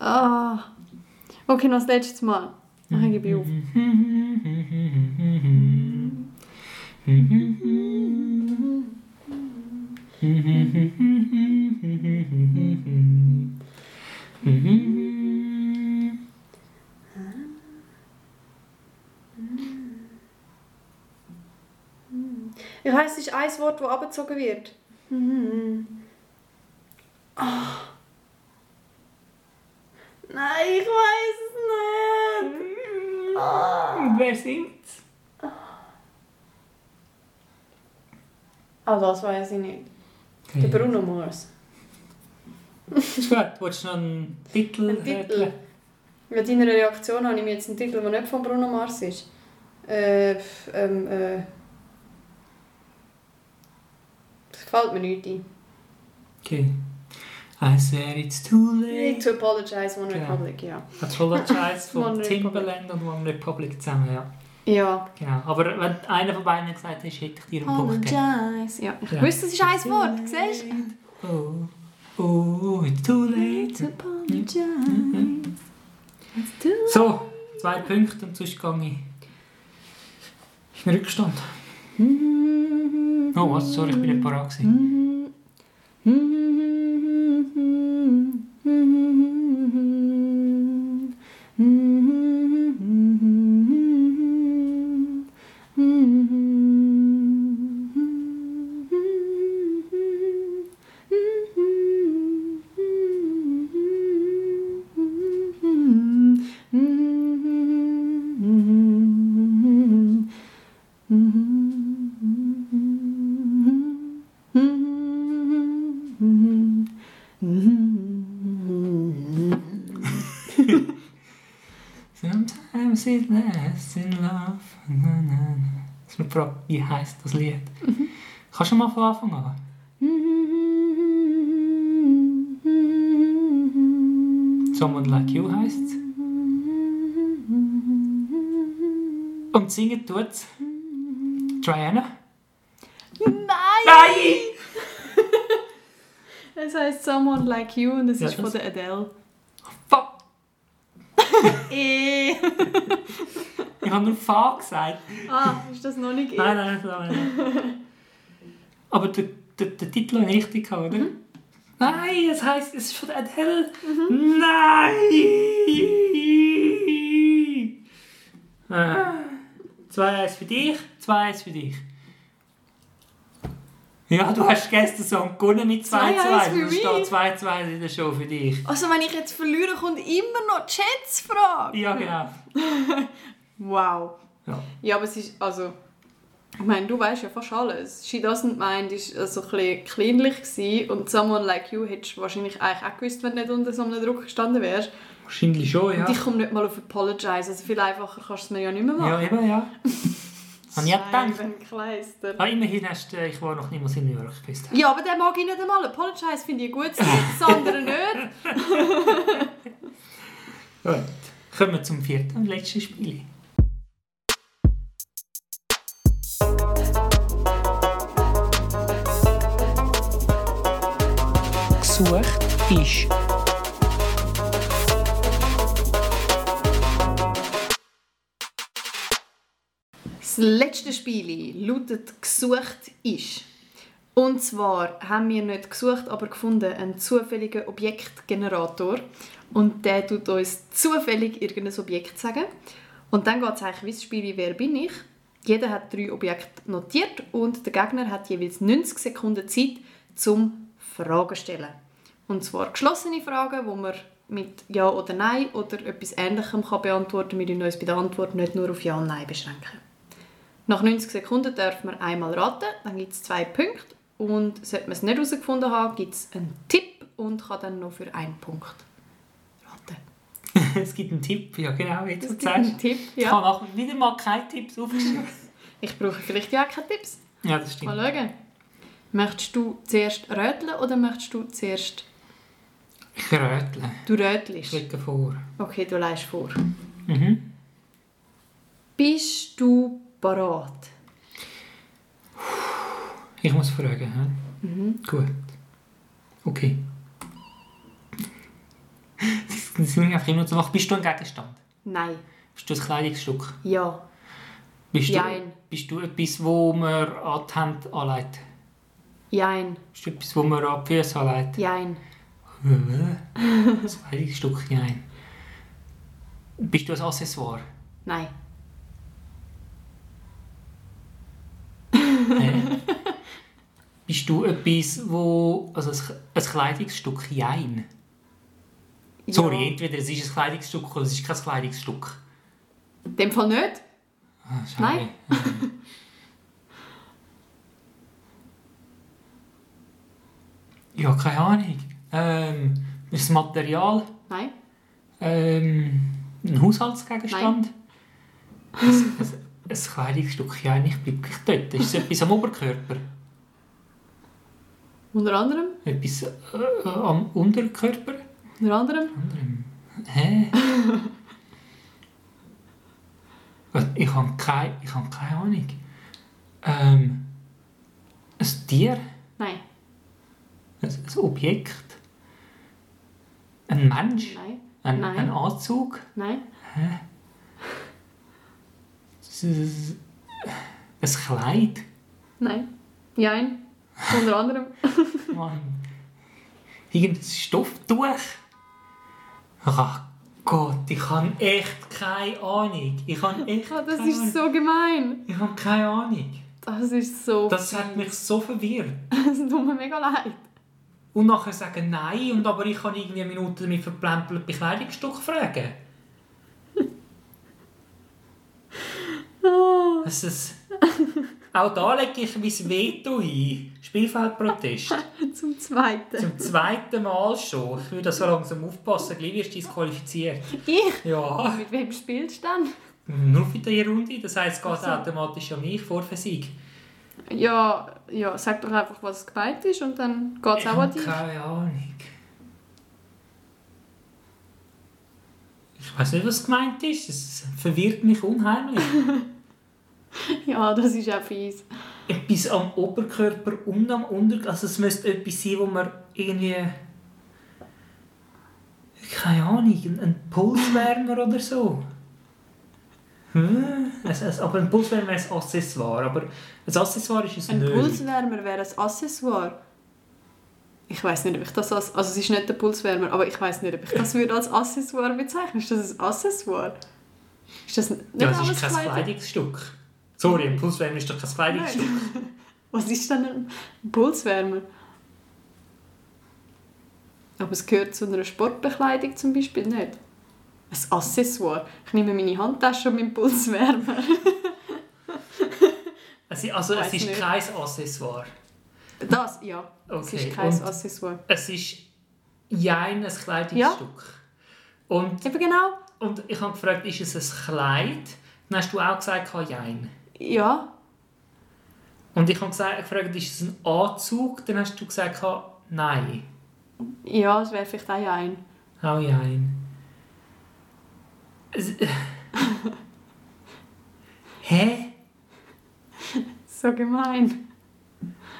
Speaker 2: Ah. Okay, noch das letzte Mal. Dann gebe ich auf. Ich weiss, es ist ein Wort, das abgezogen wird. Ah. Nein, ich weiß es nicht.
Speaker 1: Wer singt's?
Speaker 2: Ah, das weiß ich nicht. Der Bruno Mars.
Speaker 1: Ist gut. Willst du noch einen Titel?
Speaker 2: Ein Titel. Mit deiner Reaktion habe ich mir jetzt einen Titel, der nicht von Bruno Mars ist. Äh, pf, ähm, äh. Das gefällt mir nicht ein.
Speaker 1: Okay. I said it's too
Speaker 2: Need
Speaker 1: late.
Speaker 2: to apologize, One
Speaker 1: Genau.
Speaker 2: Republic, ja.
Speaker 1: Apologize
Speaker 2: One
Speaker 1: von
Speaker 2: Republic.
Speaker 1: Timbaland und One Republic zusammen, ja.
Speaker 2: Ja.
Speaker 1: Genau. Aber wenn einer von beiden gesagt hätte, hätte ich dir einen Punkt gegeben.
Speaker 2: Apologize. Ja, ich
Speaker 1: Ja.
Speaker 2: wusste, es ist ein Wort, siehst du?
Speaker 1: Oh, oh, it's too late.
Speaker 2: apologize. It's too
Speaker 1: So, zwei Punkte und sonst gehe ich. Ist ein Rückstand. Oh, was? Sorry, ich bin nicht parat. gewesen. Sometimes it lasts in love. Na, na, na. Jetzt bin ich gefragt, wie heisst das Lied? Kannst du mal von Anfang an? Someone Like You heisst es. Und singen tut's Triana?
Speaker 2: Nein!
Speaker 1: Nein!
Speaker 2: Es heißt Someone Like You und es
Speaker 1: Ja,
Speaker 2: ist von
Speaker 1: das-
Speaker 2: der Adele.
Speaker 1: Fuck!
Speaker 2: Eh.
Speaker 1: Ich habe nur Fa gesagt.
Speaker 2: ah, ist das noch nicht eh?
Speaker 1: Nein, nein, nein. nein. Aber der, der, der Titel war richtig, oder?
Speaker 2: Mhm.
Speaker 1: Nein, es heisst, es ist von der Adele.
Speaker 2: Mhm.
Speaker 1: Nein! Ah. Zwei eins für dich, zwei eins für dich. Ja, du hast gestern so gewonnen mit 2-2.
Speaker 2: 2-1 für
Speaker 1: Und es
Speaker 2: mich.
Speaker 1: steht 2-2 in der Show für dich.
Speaker 2: Also wenn ich jetzt verliere, kommt immer noch die Schätzfrage.
Speaker 1: Ja, genau.
Speaker 2: Wow.
Speaker 1: Ja.
Speaker 2: Ja, aber es ist, also, ich meine, du weißt ja fast alles. She doesn't mind ist also ein bisschen kleinlich gewesen und someone like you hättest du wahrscheinlich eigentlich auch gewusst, wenn du nicht unter so einem Druck gestanden wärst.
Speaker 1: Wahrscheinlich schon, ja.
Speaker 2: Und ich komme nicht mal auf Apologize, also viel einfacher kannst du es mir ja nicht mehr
Speaker 1: Ja,
Speaker 2: machen.
Speaker 1: eben, ja. Habe ich auch gedacht.
Speaker 2: Scheiben Kleister.
Speaker 1: Ah, immerhin hast du, äh, ich war noch niemals in New York gewesen.
Speaker 2: Ja, aber den mag ich nicht einmal. Apologize finde ich ein gutes Lied, das andere nicht.
Speaker 1: Gut. Kommen wir zum vierten und letzten Spiel.
Speaker 3: Gesucht ist.
Speaker 2: Das letzte Spiel lautet «Gesucht ist». Und zwar haben wir nicht gesucht, aber gefunden einen zufälligen Objektgenerator. Und der tut uns zufällig irgendein Objekt sagen. Und dann geht es eigentlich wie das Spiel «Wer bin ich?». Jeder hat drei Objekte notiert und der Gegner hat jeweils 90 Sekunden Zeit zum Fragen stellen. Und zwar geschlossene Fragen, wo man mit Ja oder Nein oder etwas Ähnlichem kann beantworten kann. Wir können uns bei der Antwort nicht nur auf Ja und Nein beschränken. Nach 90 Sekunden darf man einmal raten, dann gibt es zwei Punkte und sollte man es nicht herausgefunden haben, gibt es einen Tipp und kann dann noch für einen Punkt raten.
Speaker 1: Es gibt einen Tipp, ja genau, jetzt
Speaker 2: Es
Speaker 1: was
Speaker 2: gibt
Speaker 1: du sagst.
Speaker 2: einen Tipp,
Speaker 1: Ich
Speaker 2: ja.
Speaker 1: habe auch wieder mal keine Tipps aufgeschrieben.
Speaker 2: Ich brauche vielleicht ja auch keine Tipps.
Speaker 1: ja, das
Speaker 2: Mal
Speaker 1: stimmt.
Speaker 2: schauen. Möchtest du zuerst röteln oder möchtest du zuerst...
Speaker 1: Ich rötle.
Speaker 2: Du
Speaker 1: Ich
Speaker 2: rötelst.
Speaker 1: lege vor.
Speaker 2: Okay, du leist vor.
Speaker 1: Mhm.
Speaker 2: Bist du parat?
Speaker 1: Ich muss fragen. hä?
Speaker 2: Mhm.
Speaker 1: Gut. Okay. Das sind einfach immer zu machen. Bist du ein Gegenstand?
Speaker 2: Nein.
Speaker 1: Bist du ein Kleidungsstück?
Speaker 2: Ja.
Speaker 1: Bist du,
Speaker 2: Jein.
Speaker 1: bist du etwas, wo man an die Hände anlegt?
Speaker 2: Jein.
Speaker 1: Bist du etwas, wo man an die Füße anlegt?
Speaker 2: Jein.
Speaker 1: Das Kleidungsstück, nein. Bist du ein Accessoire?
Speaker 2: Nein.
Speaker 1: Hä? Bist du etwas, wo... Also ein, ein Kleidungsstück, jein.
Speaker 2: Ja.
Speaker 1: Sorry, entweder es ist ein Kleidungsstück oder es ist kein Kleidungsstück.
Speaker 2: In dem Fall nicht.
Speaker 1: Ah, sorry.
Speaker 2: Nein.
Speaker 1: Ja, keine Ahnung. Ähm, das Material,
Speaker 2: Nein.
Speaker 1: ähm, ein Haushaltsgegenstand. Ein, ein, ein Kleidungsstück, jein, ich bin gleich dort. Ist es etwas am Oberkörper?
Speaker 2: Unter anderem.
Speaker 1: Etwas äh, am Unterkörper?
Speaker 2: Unter anderem.
Speaker 1: Hä? Gut, ich habe keine, ich habe keine Ahnung. Ähm, ein Tier?
Speaker 2: Nein.
Speaker 1: Ein, ein Objekt? Ein Mensch?
Speaker 2: Nein.
Speaker 1: Ein,
Speaker 2: Nein.
Speaker 1: ein Anzug?
Speaker 2: Nein.
Speaker 1: S- s- Ein Kleid?
Speaker 2: Nein. Jein. Unter anderem.
Speaker 1: Mann. Irgendein Stofftuch? Ach Gott, ich habe echt keine Ahnung. Ich habe echt
Speaker 2: Oh, das
Speaker 1: keine Ahnung.
Speaker 2: ist so gemein.
Speaker 1: Ich habe keine Ahnung.
Speaker 2: Das ist so.
Speaker 1: Das hat mich so verwirrt.
Speaker 2: Das tut mir mega leid.
Speaker 1: Und nachher sagen nein, und aber ich kann irgendwie eine Minute mit verplempelten Bekleidungsstück fragen. Das ist... Auch da lege ich mein Veto ein. Spielfeldprotest.
Speaker 2: Zum Zweiten.
Speaker 1: Zum zweiten Mal schon. Ich würde so langsam aufpassen, gleich wirst du disqualifiziert.
Speaker 2: Ich?
Speaker 1: Ja,
Speaker 2: Mit wem spielst du dann?
Speaker 1: nur für diese Runde. Das heisst, es geht automatisch an mich, Vorversieg.
Speaker 2: Ja, ja, sag doch einfach, was gemeint ist und dann geht es
Speaker 1: Ich
Speaker 2: auch an
Speaker 1: habe
Speaker 2: dich.
Speaker 1: keine Ahnung. Ich weiß nicht, was gemeint ist. Es verwirrt mich unheimlich.
Speaker 2: Ja, das ist auch fies.
Speaker 1: etwas am Oberkörper und am Unterkörper. Also es müsste etwas sein, wo man irgendwie. Keine Ahnung, ein- ein Pulswärmer oder so. Hm? Es, es, aber ein Pulswärmer ist ein Accessoire. Aber ein Accessoire ist es
Speaker 2: Ein
Speaker 1: nicht.
Speaker 2: Pulswärmer wäre ein Accessoire. Ich weiß nicht, ob ich das als. Also, es ist nicht der Pulswärmer, aber ich weiß nicht, ob ich das würde als Accessoire bezeichnen. Ist das ein Accessoire? Ist das nicht
Speaker 1: ja, es
Speaker 2: auch
Speaker 1: ist
Speaker 2: ein
Speaker 1: kein Kleidungsstück. Sorry, ein Pulswärmer ist doch kein Kleidungsstück.
Speaker 2: Was ist denn ein Pulswärmer? Aber es gehört zu einer Sportbekleidung zum Beispiel nicht. Ein Accessoire. Ich nehme meine Handtasche und meinen Pulswärmer.
Speaker 1: Also, also es
Speaker 2: Weiss
Speaker 1: ist
Speaker 2: nicht.
Speaker 1: kein Accessoire.
Speaker 2: Das, ja. Es
Speaker 1: Okay,
Speaker 2: ist kein
Speaker 1: und-
Speaker 2: Accessoire.
Speaker 1: Es ist jein ein Kleidungsstück. Und,
Speaker 2: Eben genau.
Speaker 1: und ich habe gefragt, ist es ein Kleid? Dann hast du auch gesagt, jein.
Speaker 2: Ja.
Speaker 1: Und ich habe gesagt- gefragt, ist es ein Anzug? Dann hast du gesagt, nein.
Speaker 2: Ja, das wäre vielleicht auch ein.
Speaker 1: Auch jein. Es- Hä?
Speaker 2: So gemein.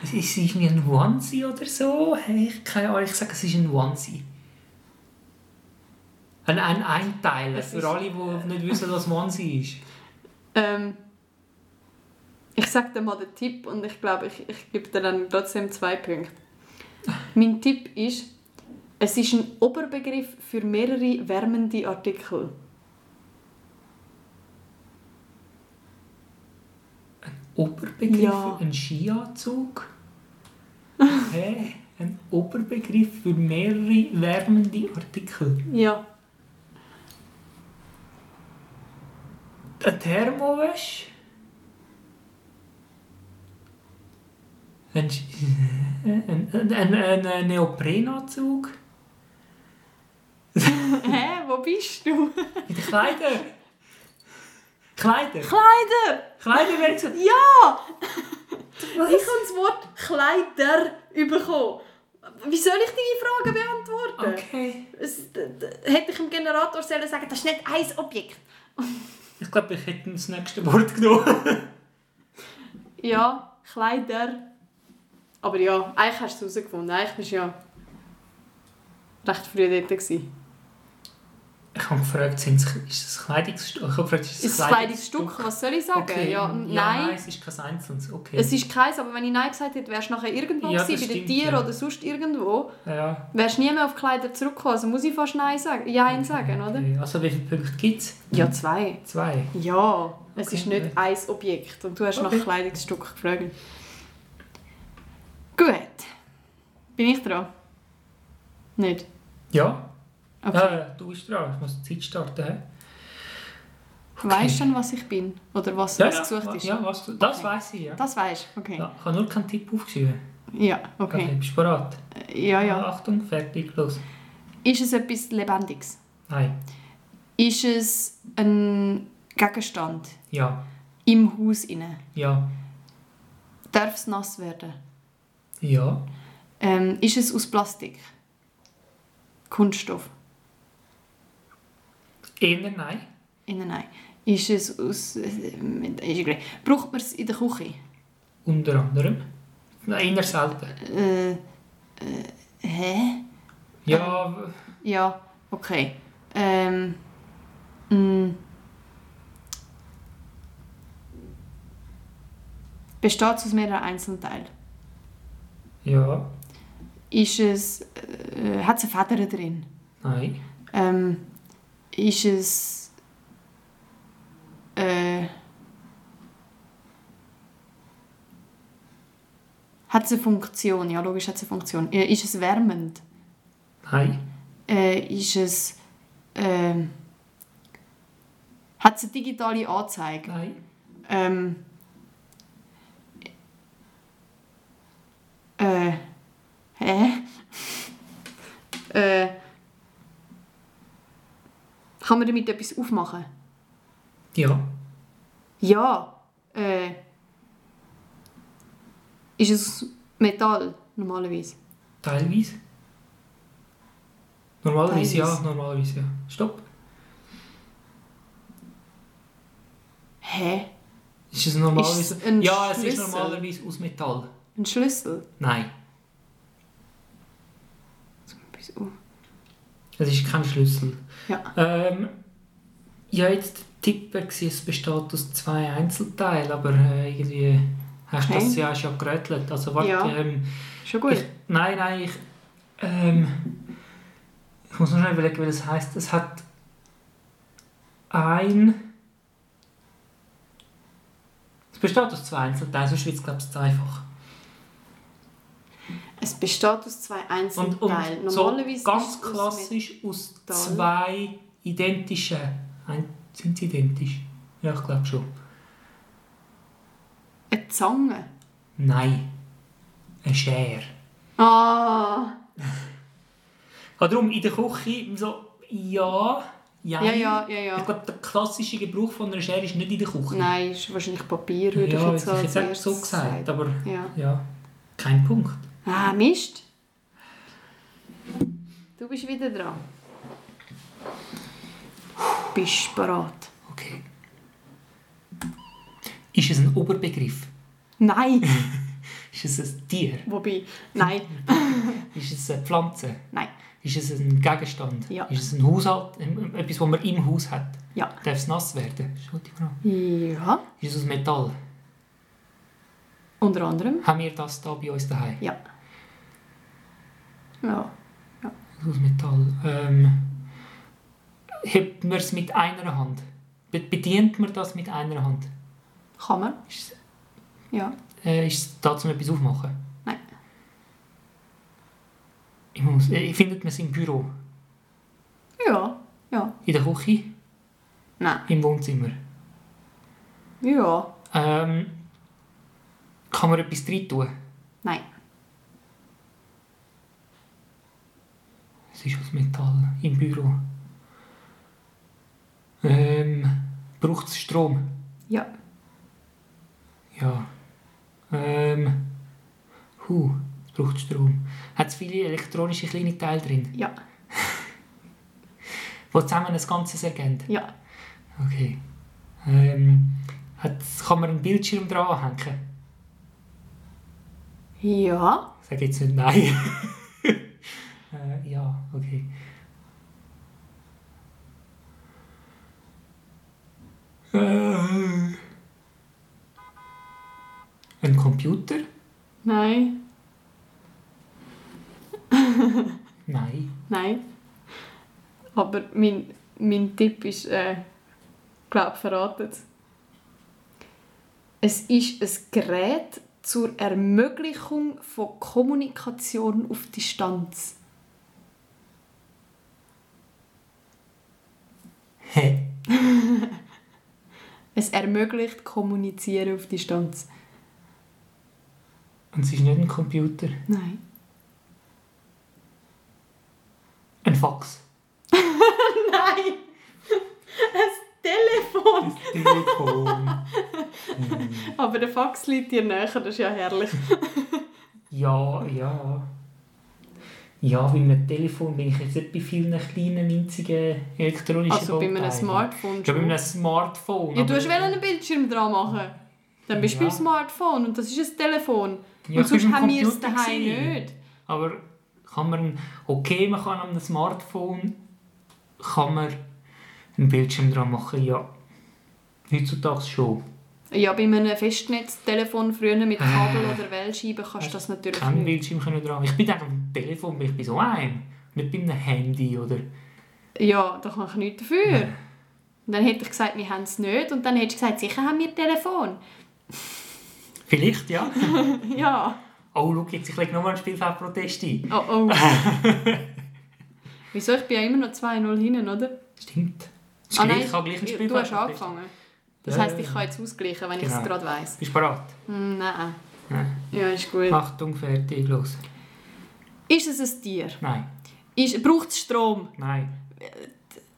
Speaker 1: Es ist irgendwie ein Onesie oder so? Hey, ich keine Ahnung, ich sage, es ist ein Onesie. Ein, ein Einteiler,
Speaker 2: Es
Speaker 1: für
Speaker 2: ist-
Speaker 1: alle, die nicht wissen, was Onesie ist.
Speaker 2: Ähm, ich sage dir mal den Tipp und ich glaube, ich, ich gebe dir dann trotzdem zwei Punkte. Mein Tipp ist, es ist ein Oberbegriff für mehrere wärmende Artikel.
Speaker 1: Oberbegriff,
Speaker 2: Ja.
Speaker 1: ein Skianzug. Okay, ein Oberbegriff für mehrere wärmende Artikel.
Speaker 2: Ja.
Speaker 1: Ein Thermowäsch. Ein, Sch- ein, ein, ein, ein, ein Neoprenanzug.
Speaker 2: Hä, wo bist du?
Speaker 1: Mit Kleider. Kleider.
Speaker 2: Kleider!
Speaker 1: Kleider wäre gesagt.
Speaker 2: Ja! Ich habe das Wort Kleider bekommen. Wie soll ich deine Frage beantworten?
Speaker 1: Okay.
Speaker 2: Es, d- d- hätte ich im Generator sollen sagen, das ist nicht ein Objekt.
Speaker 1: Ich glaube, ich hätte das nächste Wort genommen.
Speaker 2: Ja, Kleider. Aber ja, eigentlich hast du es herausgefunden. Eigentlich bist du ja recht früh dort. Gewesen.
Speaker 1: Ich habe gefragt, sind's- ist das ein Kleidungsstück? Ich habe gefragt, ist
Speaker 2: Ist
Speaker 1: das
Speaker 2: es
Speaker 1: ein
Speaker 2: ein
Speaker 1: Kleidungsstück?
Speaker 2: Kleidungsstück? Was soll ich sagen? Ja, n- nein.
Speaker 1: es ist kein Einzelnes. Okay.
Speaker 2: Es ist keins, aber wenn ich Nein gesagt hätte, wärst du nachher irgendwo
Speaker 1: Ja, das
Speaker 2: gewesen, bei den
Speaker 1: stimmt,
Speaker 2: Tieren
Speaker 1: ja.
Speaker 2: oder sonst irgendwo.
Speaker 1: ja.
Speaker 2: Wärst nie mehr auf Kleider zurückgekommen. Also muss ich fast Nein sagen, Jein sagen, oder?
Speaker 1: Okay. Also wie viele Punkte gibt es?
Speaker 2: Ja, zwei.
Speaker 1: Zwei.
Speaker 2: Ja, es
Speaker 1: Okay,
Speaker 2: ist nicht
Speaker 1: gut.
Speaker 2: ein Objekt. Und du hast
Speaker 1: Okay.
Speaker 2: nach Kleidungsstück gefragt. Gut. Bin ich dran? Nicht?
Speaker 1: Ja.
Speaker 2: Okay.
Speaker 1: Äh, du bist dran. Ich muss die Zeit starten. hä?
Speaker 2: Weißt du schon, was ich bin? Oder was, was gesucht
Speaker 1: wa-
Speaker 2: ist?
Speaker 1: Ja, was du, das
Speaker 2: Okay.
Speaker 1: weiss ich, ja.
Speaker 2: Das weißt du? Okay.
Speaker 1: ja. Ich habe nur keinen Tipp aufgeschrieben.
Speaker 2: Ja,
Speaker 1: Okay.
Speaker 2: okay.
Speaker 1: Bist du bereit?
Speaker 2: Ja, ja.
Speaker 1: Achtung, fertig, los.
Speaker 2: Ist es etwas Lebendiges?
Speaker 1: Nein.
Speaker 2: Ist es ein Gegenstand
Speaker 1: Ja.
Speaker 2: im Haus inne?
Speaker 1: Ja.
Speaker 2: Darf es nass werden?
Speaker 1: Ja.
Speaker 2: Ähm, ist es aus Plastik? Kunststoff?
Speaker 1: Eher nein.
Speaker 2: Innen nein. Ist es aus. äh, mit- Ist egal. Braucht man es in der Küche?
Speaker 1: Unter anderem. Nein, eher selten.
Speaker 2: Äh, äh, hä?
Speaker 1: Ja, w-
Speaker 2: Ja, okay. Ähm. mm. Besteht es aus mehreren Einzelteilen?
Speaker 1: ja.
Speaker 2: Ist es. Äh, hat es eine Feder drin?
Speaker 1: Nein.
Speaker 2: Ähm, ist es. Äh, hat es eine Funktion? Ja, logisch hat es eine Funktion. Äh, Ist es wärmend?
Speaker 1: Nein.
Speaker 2: Äh, ist es. ähm, hat es eine digitale Anzeige?
Speaker 1: Nein.
Speaker 2: Ähm, äh, hä? äh, kann man damit etwas aufmachen?
Speaker 1: Ja.
Speaker 2: Ja. Äh, ist es aus Metall normalerweise?
Speaker 1: Teilweise. Normalerweise ja,
Speaker 2: Teilweise.
Speaker 1: normalerweise ja. Stopp.
Speaker 2: Hä?
Speaker 1: Ist es normalerweise?
Speaker 2: Ist es ein
Speaker 1: ja, es ist
Speaker 2: Schlüssel?
Speaker 1: normalerweise aus Metall.
Speaker 2: Ein Schlüssel?
Speaker 1: Nein,
Speaker 2: Etwas auf-
Speaker 1: es ist kein Schlüssel.
Speaker 2: Ja.
Speaker 1: Ähm, ja, jetzt tippen gewesen, es besteht aus zwei Einzelteilen, aber äh, irgendwie hast du
Speaker 2: Okay.
Speaker 1: das ja, hast ja gerätselt. Also warte,
Speaker 2: Ja.
Speaker 1: ähm,
Speaker 2: Schon
Speaker 1: ich,
Speaker 2: gut.
Speaker 1: nein, nein, ich, ähm, ich muss noch schnell überlegen, wie das heisst. Es hat ein... Es besteht aus zwei Einzelteilen, sonst wird es, glaube ich, einfach.
Speaker 2: Es besteht aus zwei einzelnen
Speaker 1: Und, und
Speaker 2: Teilen.
Speaker 1: so
Speaker 2: Normalerweise
Speaker 1: ganz
Speaker 2: ist es
Speaker 1: klassisch aus
Speaker 2: Metall.
Speaker 1: zwei identischen. Ein- Sind sie identisch? Ja, ich glaube schon.
Speaker 2: mit- Eine Zange.
Speaker 1: Nein. Eine Schere.
Speaker 2: Ah,
Speaker 1: Ah, darum in der Küche so, ja, ja.
Speaker 2: ja, ja, ja,
Speaker 1: Ich
Speaker 2: ja.
Speaker 1: glaube, der klassische Gebrauch von einer Schere ist nicht in der Küche.
Speaker 2: Nein, ist wahrscheinlich Papier, würde
Speaker 1: ja,
Speaker 2: ich jetzt
Speaker 1: hätte ich
Speaker 2: als
Speaker 1: jetzt auch so
Speaker 2: erstes
Speaker 1: gesagt,
Speaker 2: sagen.
Speaker 1: aber
Speaker 2: Ja.
Speaker 1: ja, kein Punkt.
Speaker 2: Ah, Mist. Du bist wieder dran. Bist du bereit?
Speaker 1: Okay. Ist es ein Oberbegriff?
Speaker 2: Nein.
Speaker 1: Ist es ein Tier?
Speaker 2: Wobei, nein,
Speaker 1: Ist es eine Pflanze?
Speaker 2: nein.
Speaker 1: Ist es ein Gegenstand?
Speaker 2: Ja.
Speaker 1: Ist es ein Haushalt? ähm, Etwas, was man im Haus hat?
Speaker 2: Ja.
Speaker 1: Darf es nass werden? Das ist eine gute Frage.
Speaker 2: Ja,
Speaker 1: Ist es aus Metall?
Speaker 2: unter anderem.
Speaker 1: Haben wir das da bei uns daheim?
Speaker 2: Ja. Ja.
Speaker 1: Ist es aus Metall? Ähm, hebt man es mit einer Hand? Be bedient man das mit einer Hand?
Speaker 2: Kann man?
Speaker 1: Ist es,
Speaker 2: Ja.
Speaker 1: äh, ist es da, um etwas aufmachen?
Speaker 2: Nein.
Speaker 1: Ich muss, äh, findet man es im Büro?
Speaker 2: Ja. Ja.
Speaker 1: In der Küche?
Speaker 2: Nein.
Speaker 1: Im Wohnzimmer?
Speaker 2: Ja.
Speaker 1: Ähm, kann man etwas drin tun?
Speaker 2: Nein.
Speaker 1: Es ist aus Metall im Büro. Ähm, braucht es Strom?
Speaker 2: Ja.
Speaker 1: Ja. Ähm, hu, es braucht Strom. Hat es viele elektronische kleine Teile drin,
Speaker 2: Ja.
Speaker 1: die zusammen ein Ganzes ergeben?
Speaker 2: Ja.
Speaker 1: Okay. Ähm, hat's, kann man einen Bildschirm dran hängen?
Speaker 2: Ja.
Speaker 1: Sag jetzt nicht nein. äh, ja, okay. Äh, ein Computer?
Speaker 2: Nein.
Speaker 1: Nein.
Speaker 2: Nein. Aber mein, mein Tipp ist, äh, glaube verraten. Es ist ein Gerät zur Ermöglichung von Kommunikation auf Distanz.
Speaker 1: Hä?
Speaker 2: Es ermöglicht Kommunizieren auf Distanz.
Speaker 1: Und es ist nicht ein Computer.
Speaker 2: Nein.
Speaker 1: Ein Fax.
Speaker 2: Nein! Ein Telefon!
Speaker 1: Telefon.
Speaker 2: Aber der Fax liegt dir näher, das ist ja herrlich.
Speaker 1: ja, ja. Ja, bei einem Telefon bin ich jetzt nicht bei vielen kleinen, winzigen elektronischen
Speaker 2: Also bei einem
Speaker 1: Bauteilen.
Speaker 2: Smartphone
Speaker 1: Ja, bei
Speaker 2: schon.
Speaker 1: einem Smartphone.
Speaker 2: Ja, du
Speaker 1: aber-
Speaker 2: hast einen Bildschirm dran machen. Dann bist du
Speaker 1: Ja.
Speaker 2: beim Smartphone und das ist ein Telefon.
Speaker 1: Ja,
Speaker 2: und
Speaker 1: ich
Speaker 2: sonst
Speaker 1: bin beim
Speaker 2: haben wir es
Speaker 1: Computer
Speaker 2: daheim
Speaker 1: gewesen.
Speaker 2: nicht.
Speaker 1: Aber kann man, okay, man kann am Smartphone kann man einen Bildschirm dran machen, ja. Heutzutage schon.
Speaker 2: Ja, bei einem Festnetztelefon früher mit
Speaker 1: Ah.
Speaker 2: Kabel oder Wellscheibe kannst du das
Speaker 1: Also,
Speaker 2: natürlich
Speaker 1: Kein
Speaker 2: nicht.
Speaker 1: Bildschirm können dran. Ich bin dann am Telefon, bin ich bei so einem. Nicht bei einem Handy oder.
Speaker 2: Ja, da kann ich nichts dafür. Und dann hätte ich gesagt, wir haben es nicht. Und dann hättest du gesagt, sicher haben wir ein Telefon.
Speaker 1: Vielleicht, ja.
Speaker 2: Ja.
Speaker 1: Oh, schau, jetzt ich lege nochmal einen Spielfeldprotest ein.
Speaker 2: Oh oh. Wieso? Ich bin ja immer noch 2-0 hinten, oder?
Speaker 1: Stimmt. Das ist
Speaker 2: Ah,
Speaker 1: gleich,
Speaker 2: nein,
Speaker 1: ich habe gleich einen
Speaker 2: du hast
Speaker 1: Spielfeldprotest.
Speaker 2: angefangen. Das
Speaker 1: Ja,
Speaker 2: heisst,
Speaker 1: ja,
Speaker 2: ich kann jetzt ausgleichen, wenn ich
Speaker 1: Genau.
Speaker 2: es gerade weiss.
Speaker 1: Bist du bereit?
Speaker 2: Hm, Nein.
Speaker 1: Nein.
Speaker 2: Ja, ist gut.
Speaker 1: Achtung, fertig, los.
Speaker 2: Ist es ein Tier?
Speaker 1: Nein,
Speaker 2: Ist, braucht es Strom?
Speaker 1: nein,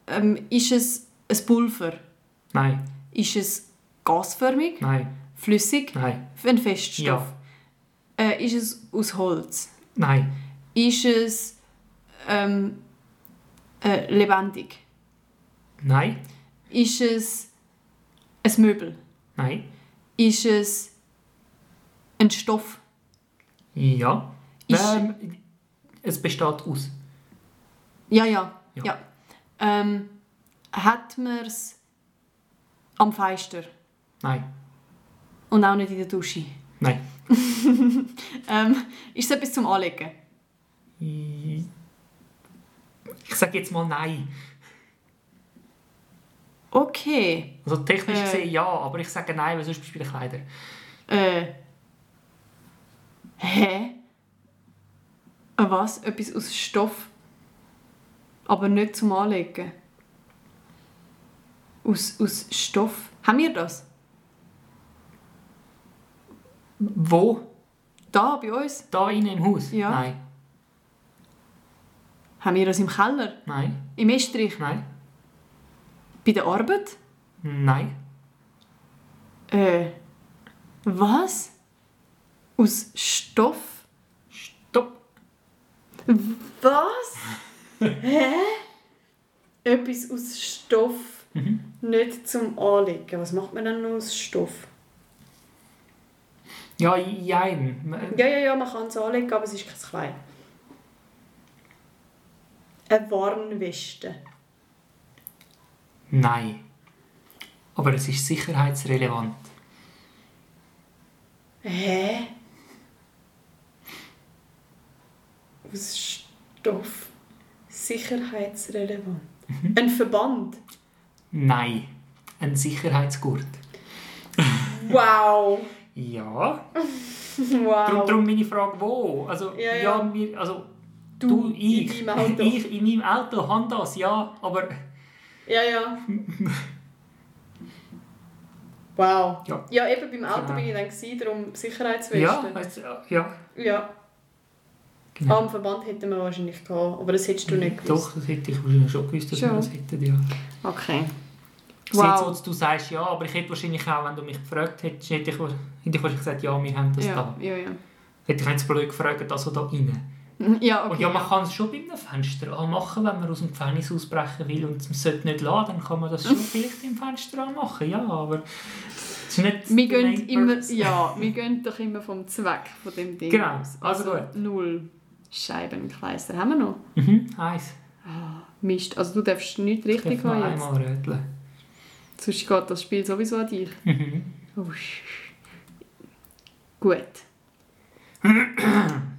Speaker 2: Ähm, ist es ein Pulver?
Speaker 1: nein,
Speaker 2: Ist es gasförmig?
Speaker 1: nein,
Speaker 2: Flüssig?
Speaker 1: nein,
Speaker 2: Ein Feststoff? Äh, ist es aus Holz?
Speaker 1: nein,
Speaker 2: Ist es ähm, äh, lebendig?
Speaker 1: nein,
Speaker 2: Ist es ein Möbel?
Speaker 1: nein,
Speaker 2: Ist es ein Stoff?
Speaker 1: ja.
Speaker 2: Ist-
Speaker 1: Ähm, es besteht aus.
Speaker 2: Ja, ja.
Speaker 1: Ja.
Speaker 2: ja. Ähm, hat man es am Feister
Speaker 1: Nein,
Speaker 2: und auch nicht in der Dusche?
Speaker 1: nein.
Speaker 2: Ähm, ist es etwas zum Anlegen?
Speaker 1: Ich sage jetzt mal nein.
Speaker 2: Okay.
Speaker 1: Also technisch
Speaker 2: Äh.
Speaker 1: gesehen ja, aber ich sage nein, weil sonst bist du bei den Kleider.
Speaker 2: Äh. Hä? Äh, Was? Etwas aus Stoff. Aber nicht zum Anlegen. Aus, aus Stoff. Haben wir das?
Speaker 1: Wo?
Speaker 2: Da bei uns?
Speaker 1: Da innen im Haus?
Speaker 2: Ja.
Speaker 1: Nein.
Speaker 2: Haben wir das im Keller?
Speaker 1: Nein.
Speaker 2: Im Estrich?
Speaker 1: Nein.
Speaker 2: Bei der Arbeit?
Speaker 1: Nein.
Speaker 2: Äh. Was? Aus Stoff?
Speaker 1: Stopp.
Speaker 2: Was? Hä? Etwas aus Stoff. Nicht zum Anlegen. Was macht man denn noch aus Stoff?
Speaker 1: Ja, jein.
Speaker 2: Ja, ja, ja, man kann es anlegen, aber es ist kein Kleid. Eine Warnweste.
Speaker 1: Nein. Aber es ist sicherheitsrelevant.
Speaker 2: Hä? Aus Stoff. Sicherheitsrelevant. Ein Verband.
Speaker 1: Nein. Ein Sicherheitsgurt.
Speaker 2: Wow.
Speaker 1: Ja. Darum,
Speaker 2: Wow.
Speaker 1: darum meine Frage, wo? Also, ja,
Speaker 2: Ja, ja.
Speaker 1: wir, also,
Speaker 2: Du,
Speaker 1: du, ich.
Speaker 2: in meinem Auto.
Speaker 1: Ich in meinem Auto habe das, ja. Aber
Speaker 2: Ja, ja. Wow.
Speaker 1: Ja.
Speaker 2: ja, eben beim Auto
Speaker 1: Genau.
Speaker 2: bin ich dann gewesen, darum Sicherheitsweste.
Speaker 1: ja, es- ja.
Speaker 2: Ja.
Speaker 1: Genau.
Speaker 2: Ah, im Verband hätten wir wahrscheinlich gehabt, aber das hättest du nicht gewusst.
Speaker 1: Doch, das hätte ich wahrscheinlich schon gewusst, dass
Speaker 2: Schon.
Speaker 1: wir das hätten, ja.
Speaker 2: Okay.
Speaker 1: Wow.
Speaker 2: Wow.
Speaker 1: Jetzt, du sagst ja, aber ich hätte wahrscheinlich auch, wenn du mich gefragt hättest, hätte ich, wa- hätte ich wahrscheinlich gesagt, ja, wir haben das
Speaker 2: Ja,
Speaker 1: da.
Speaker 2: ja, ja.
Speaker 1: Hätte ich jetzt blöd gefragt, also da rein.
Speaker 2: Ja,
Speaker 1: Und
Speaker 2: okay.
Speaker 1: Oh, ja, man kann es schon bei einem Fenster anmachen, wenn man aus dem Gefängnis ausbrechen will und es sollte nicht laden, dann kann man das schon vielleicht im Fenster anmachen, ja, aber es ist nicht...
Speaker 2: wir
Speaker 1: der
Speaker 2: gehen
Speaker 1: main
Speaker 2: immer,
Speaker 1: purpose.
Speaker 2: ja, wir gehen doch immer vom Zweck von dem Ding
Speaker 1: Genau,
Speaker 2: aus.
Speaker 1: also
Speaker 2: Null Scheibenkleister haben wir noch.
Speaker 1: Mhm, eins.
Speaker 2: Ah, Mist, also du darfst nicht richtig
Speaker 1: Darf man
Speaker 2: haben jetzt.
Speaker 1: einmal röteln.
Speaker 2: Sonst geht das Spiel sowieso an dich.
Speaker 1: Mhm.
Speaker 2: Usch. Gut.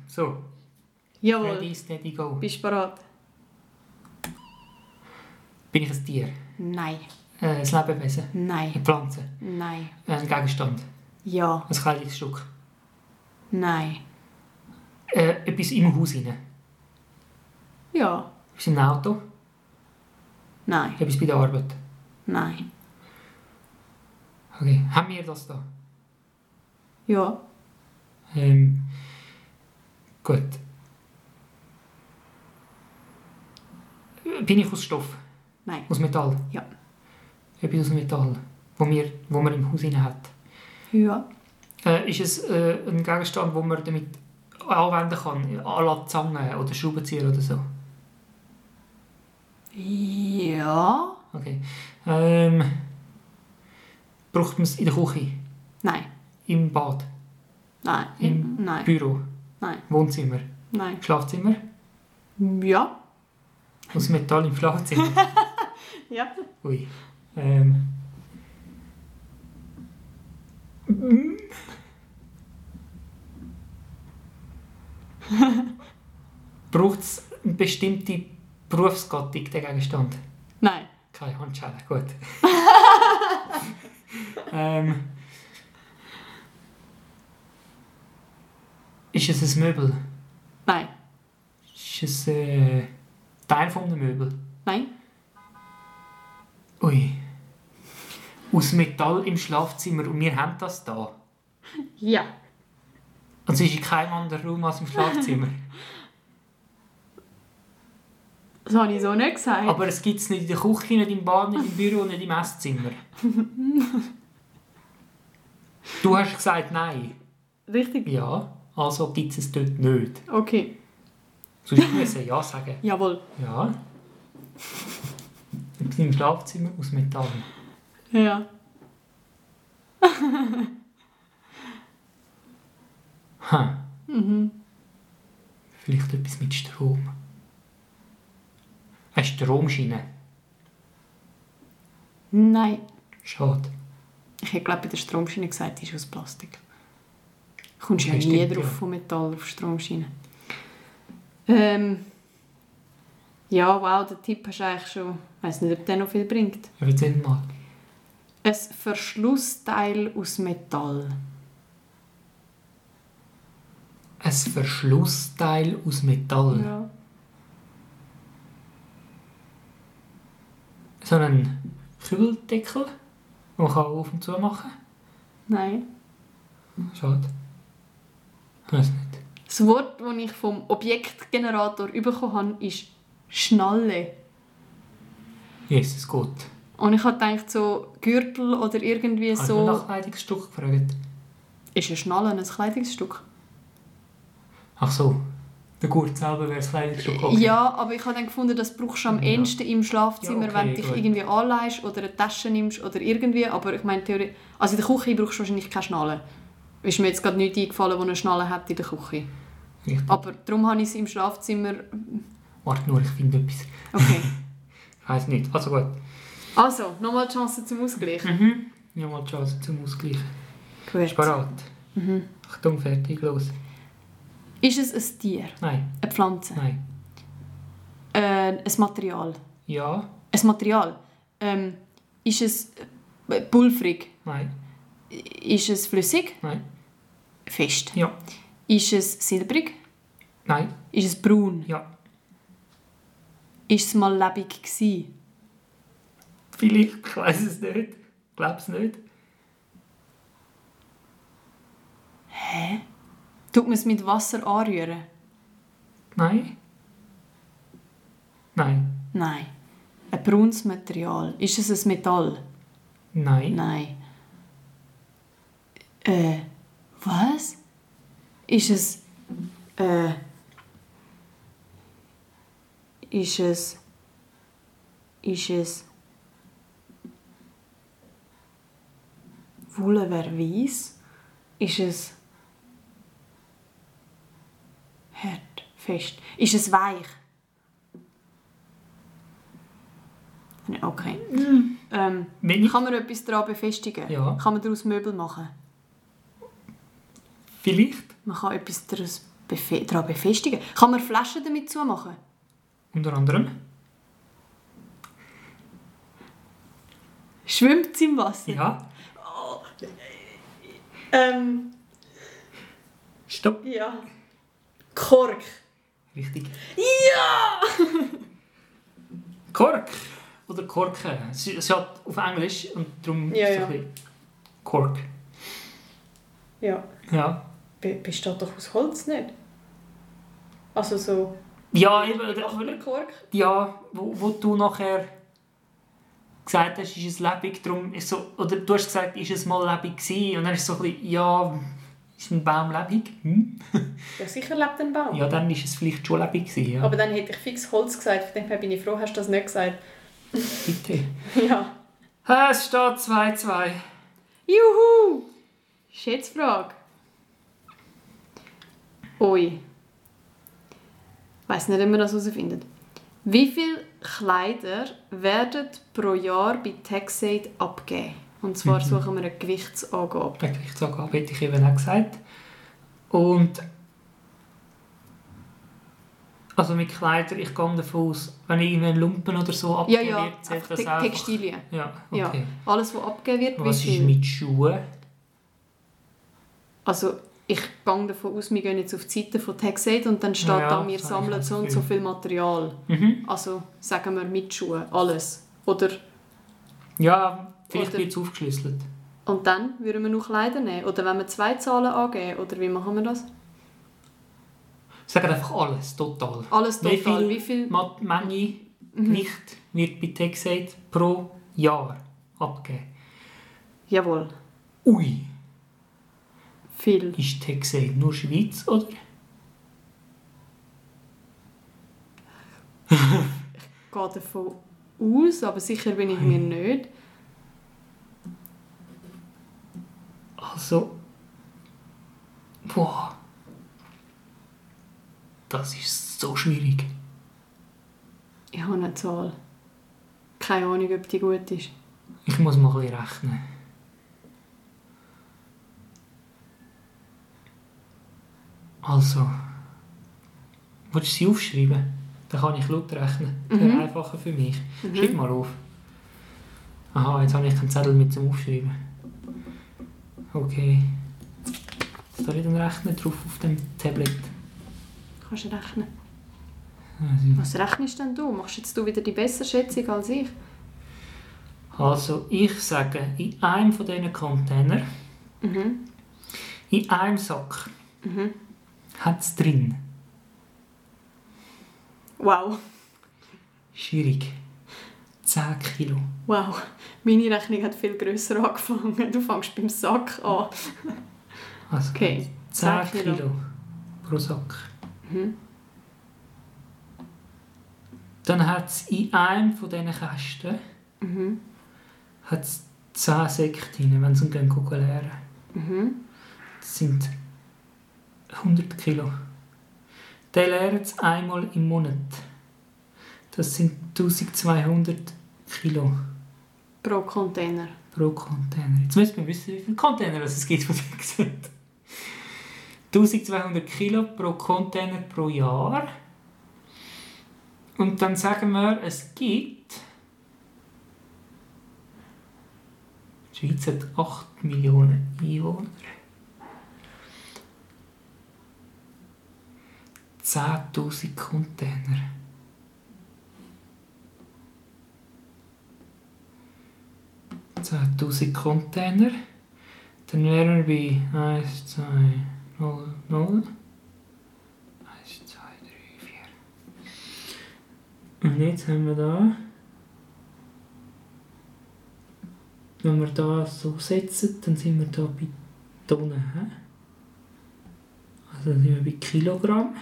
Speaker 1: So,
Speaker 2: Jawohl,
Speaker 1: ready, steady, go.
Speaker 2: bist du bereit?
Speaker 1: Bin ich ein Tier?
Speaker 2: Nein,
Speaker 1: Äh, ein Lebewesen?
Speaker 2: nein,
Speaker 1: Eine Pflanze? Äh,
Speaker 2: nein.
Speaker 1: Ein Gegenstand?
Speaker 2: Ja,
Speaker 1: Ein kleines Stück?
Speaker 2: nein.
Speaker 1: Äh, etwas im Haus rein?
Speaker 2: Ja,
Speaker 1: Etwas im Auto?
Speaker 2: nein,
Speaker 1: Etwas bei der Arbeit?
Speaker 2: nein.
Speaker 1: Okay, haben wir das da?
Speaker 2: Ja,
Speaker 1: Ähm, gut. Bin ich aus Stoff?
Speaker 2: nein.
Speaker 1: Aus Metall?
Speaker 2: Ja.
Speaker 1: Etwas aus Metall, wo, wir, wo man im Haus rein hat.
Speaker 2: Ja,
Speaker 1: Äh, ist es äh, ein Gegenstand, wo man damit anwenden kann? À la Zange oder Schraubenzieher oder so?
Speaker 2: ja,
Speaker 1: Okay. Ähm, braucht man es in der Küche?
Speaker 2: nein,
Speaker 1: Im Bad?
Speaker 2: nein,
Speaker 1: Im
Speaker 2: nein,
Speaker 1: Büro?
Speaker 2: nein,
Speaker 1: Wohnzimmer?
Speaker 2: nein.
Speaker 1: Schlafzimmer?
Speaker 2: Ja,
Speaker 1: Aus Metall im Schlafzimmer?
Speaker 2: ja.
Speaker 1: Ui. Ähm. Mm. Braucht es eine bestimmte Berufsgattung, der Gegenstand?
Speaker 2: Nein.
Speaker 1: Keine Handschellen, gut. ähm. Ist es ein Möbel?
Speaker 2: Nein.
Speaker 1: Ist es äh, Teil von einem Möbel?
Speaker 2: Nein.
Speaker 1: Ui. Aus Metall im Schlafzimmer und wir haben das da.
Speaker 2: Ja.
Speaker 1: Und es ist in keinem anderen Raum als im Schlafzimmer.
Speaker 2: Das habe ich so nicht gesagt.
Speaker 1: Aber es gibt es nicht in der Küche, nicht im Bad, nicht im Büro, nicht im Esszimmer. Du hast gesagt nein.
Speaker 2: Richtig.
Speaker 1: Ja, also gibt es es dort nicht.
Speaker 2: Okay.
Speaker 1: Sonst müssen wir ja sagen.
Speaker 2: Jawohl.
Speaker 1: Ja. Im Schlafzimmer aus Metall.
Speaker 2: Ja.
Speaker 1: Hm. Vielleicht etwas mit Strom. Eine Stromschiene.
Speaker 2: Nein.
Speaker 1: Schade.
Speaker 2: Ich hätte glaube bei der Stromschiene gesagt, die ist aus Plastik. Kommst ja
Speaker 1: Okay,
Speaker 2: nie
Speaker 1: stimmt,
Speaker 2: drauf
Speaker 1: ja.
Speaker 2: von Metall auf Stromschiene. Ähm. Ja, wow, der Tipp hast du eigentlich schon. Ich weiß nicht, ob der noch viel bringt.
Speaker 1: Erzähl mal.
Speaker 2: Ein Verschlussteil aus Metall.
Speaker 1: ein Verschlussteil aus Metall.
Speaker 2: Ja.
Speaker 1: So einen Kühldeckel, den man kann auf und zu machen
Speaker 2: Nein.
Speaker 1: kann. Schade. Ich weiß nicht.
Speaker 2: Das Wort, das ich vom Objektgenerator bekommen habe, ist Schnalle.
Speaker 1: Jesus Gott.
Speaker 2: Und ich habe gedacht, so Gürtel oder irgendwie
Speaker 1: Hast du nach
Speaker 2: so.
Speaker 1: Kleidungsstück gefragt?
Speaker 2: Ist eine Schnalle ein Kleidungsstück?
Speaker 1: Ach so. Der Gurt selber wäre das Kleidungsstück.
Speaker 2: Ja, aber ich habe dann gefunden, das brauchst du am
Speaker 1: Ja.
Speaker 2: ehesten im Schlafzimmer,
Speaker 1: Ja, okay,
Speaker 2: wenn du dich
Speaker 1: gut.
Speaker 2: irgendwie anleihst oder eine Tasche nimmst oder irgendwie. Aber ich meine, Theorie, also in der Küche brauchst du wahrscheinlich keine Schnalle. Ist mir jetzt gerade nichts eingefallen, wo eine Schnalle hat in der Küche.
Speaker 1: Ich,
Speaker 2: Aber darum habe ich es im Schlafzimmer...
Speaker 1: warte nur, ich finde etwas. Ich
Speaker 2: Okay.
Speaker 1: weiß nicht. Also gut.
Speaker 2: Also, nochmal die Chance zum Ausgleich.
Speaker 1: Mhm. Nochmal die Chance zum Ausgleichen. Bist du
Speaker 2: Gut.
Speaker 1: bereit? Achtung, fertig, los.
Speaker 2: Ist es ein Tier?
Speaker 1: Nein,
Speaker 2: Eine Pflanze?
Speaker 1: nein.
Speaker 2: Äh, ein Material?
Speaker 1: Ja,
Speaker 2: Ein Material? Ähm, ist es äh, pulverig?
Speaker 1: nein,
Speaker 2: Ist es flüssig?
Speaker 1: nein.
Speaker 2: Fest.
Speaker 1: Ja,
Speaker 2: Ist es silbrig?
Speaker 1: nein,
Speaker 2: Ist es braun?
Speaker 1: ja.
Speaker 2: Ist es mal lebendig gewesen?
Speaker 1: Vielleicht, ich weiß es nicht. Glaub's nicht.
Speaker 2: Tut man es mit Wasser anrühren?
Speaker 1: Nein. Nein,
Speaker 2: Nein. Ein braunes Material. Ist es ein Metall?
Speaker 1: nein,
Speaker 2: Nein. Äh, was? Ist es, äh, ist es, ist es, Wolle wer weiß? Ist es hart, fest? Ist es weich? Okay. Ähm,
Speaker 1: Wenig.
Speaker 2: kann man etwas daran befestigen?
Speaker 1: Ja.
Speaker 2: Kann man daraus Möbel machen?
Speaker 1: Vielleicht.
Speaker 2: Man kann etwas daraus befe daran befestigen. Kann man Flaschen damit zumachen?
Speaker 1: Unter anderem.
Speaker 2: Schwimmt es im Wasser?
Speaker 1: Ja.
Speaker 2: Ähm,
Speaker 1: Stopp.
Speaker 2: ja. Kork.
Speaker 1: Richtig. Ja! Kork. Oder Korken. Es es hat auf Englisch und darum
Speaker 2: Ja,
Speaker 1: ist es
Speaker 2: ja.
Speaker 1: ein bisschen Kork.
Speaker 2: Ja.
Speaker 1: Ja.
Speaker 2: Besteht doch aus Holz nicht? Also so.
Speaker 1: Ja, eben, oder- aber-
Speaker 2: Kork?
Speaker 1: ja, wo, wo du nachher gesagt hast, ist es lebendig, darum ist so, oder du hast gesagt, ist es mal lebendig gewesen, und dann ist so ein bisschen, ja, ist ein Baum lebendig? Hm?
Speaker 2: Ja, sicher lebt ein Baum.
Speaker 1: Ja, dann ist es vielleicht schon lebendig gewesen, ja,
Speaker 2: Aber dann hätte ich fix Holz gesagt. Von dem her bin ich froh, hast du das nicht gesagt.
Speaker 1: bitte.
Speaker 2: ja.
Speaker 1: Ah, Es steht 2-2.
Speaker 2: Juhu! Schätzfrage. Ui. Weiß nicht, ob wir das herausfinden. Wie viele Kleider werden pro Jahr bei TaxAid abgegeben? Und zwar
Speaker 1: Mhm.
Speaker 2: suchen wir eine Gewichtsangabe.
Speaker 1: Bei Gerichtsangabe hätte ich eben auch gesagt. Und also mit Kleidern, ich gehe davon aus, wenn ich irgendwie einen Lumpen oder so
Speaker 2: Ja,
Speaker 1: abgebe,
Speaker 2: ja,
Speaker 1: zählt
Speaker 2: Te
Speaker 1: das auch.
Speaker 2: Textilien.
Speaker 1: Ja,
Speaker 2: Ja.
Speaker 1: okay.
Speaker 2: Alles, was abgegeben wird,
Speaker 1: Was
Speaker 2: wie
Speaker 1: ist
Speaker 2: viel?
Speaker 1: mit Schuhen?
Speaker 2: Also, ich gehe davon aus, wir gehen jetzt auf die Seite von TaxAid und dann steht
Speaker 1: Ja,
Speaker 2: da, wir
Speaker 1: das
Speaker 2: sammeln
Speaker 1: habe ich
Speaker 2: so und
Speaker 1: das
Speaker 2: so viel Material.
Speaker 1: Mhm.
Speaker 2: Also, sagen wir mit Schuhen, alles. Oder
Speaker 1: Ja, vielleicht
Speaker 2: Oder-
Speaker 1: wird es aufgeschlüsselt.
Speaker 2: Und dann würden wir noch Kleider nehmen. Oder wenn wir zwei Zahlen angeben. Oder wie machen wir das?
Speaker 1: Sagen einfach alles, total.
Speaker 2: Alles
Speaker 1: Wie
Speaker 2: total.
Speaker 1: viel,
Speaker 2: Wie viel? Mhm.
Speaker 1: Ma- Menge Gewicht wird bei TechSaid pro Jahr abgegeben?
Speaker 2: Jawohl.
Speaker 1: Ui,
Speaker 2: Viel.
Speaker 1: ist TechSaid nur Schweiz, oder?
Speaker 2: Ich gehe davon aus, aber sicher bin ich mir nicht.
Speaker 1: Also, boah, das ist so schwierig.
Speaker 2: Ich habe eine Zahl. Keine Ahnung, ob die gut ist.
Speaker 1: Ich muss mal ein bisschen rechnen. Also. Willst du sie aufschreiben? Dann kann ich laut rechnen. Das wäre einfacher für mich. Schreib mal auf. Aha, jetzt habe ich keinen Zettel mit zum Aufschreiben. Okay. Soll ich den Rechner drauf auf dem Tablet?
Speaker 2: Kannst du rechnen?
Speaker 1: Also-
Speaker 2: Was rechnest denn du? Machst jetzt du wieder die bessere Schätzung als ich?
Speaker 1: Also ich sage, in einem von diesen Container,
Speaker 2: Mhm.
Speaker 1: in einem Sack,
Speaker 2: Mhm.
Speaker 1: hat es drin
Speaker 2: Wow.
Speaker 1: schwierig 10 Kilo.
Speaker 2: Wow. Meine Rechnung hat viel grösser angefangen. Du fängst beim Sack an.
Speaker 1: Also
Speaker 2: Okay.
Speaker 1: 10
Speaker 2: 10
Speaker 1: Kilo.
Speaker 2: Kilo.
Speaker 1: pro Sack.
Speaker 2: Mhm.
Speaker 1: Dann hat es in einem von diesen Kästen
Speaker 2: Mhm.
Speaker 1: hat's 10 Sekte drin, wenn sie ihn gehen gucken lernen.
Speaker 2: Mhm.
Speaker 1: Das sind 100 Kilo. Der leert es einmal im Monat. Das sind 1200 Kilo
Speaker 2: Pro Container.
Speaker 1: pro Container. Jetzt müssen wir wissen, wie viele Container es gibt, die wir sehen. 1200 Kilo pro Container pro Jahr. Und dann sagen wir, es gibt. Die Schweiz hat 8 Millionen Einwohner. 10.000 Container. So, 1000 Container. Dann wären wir bei 1, 2, 0, 0. 1, 2, 3, 4. Und jetzt haben wir da. Wenn wir da so setzen, dann sind wir da bei Tonnen. hä? Also dann sind wir bei Kilogramm.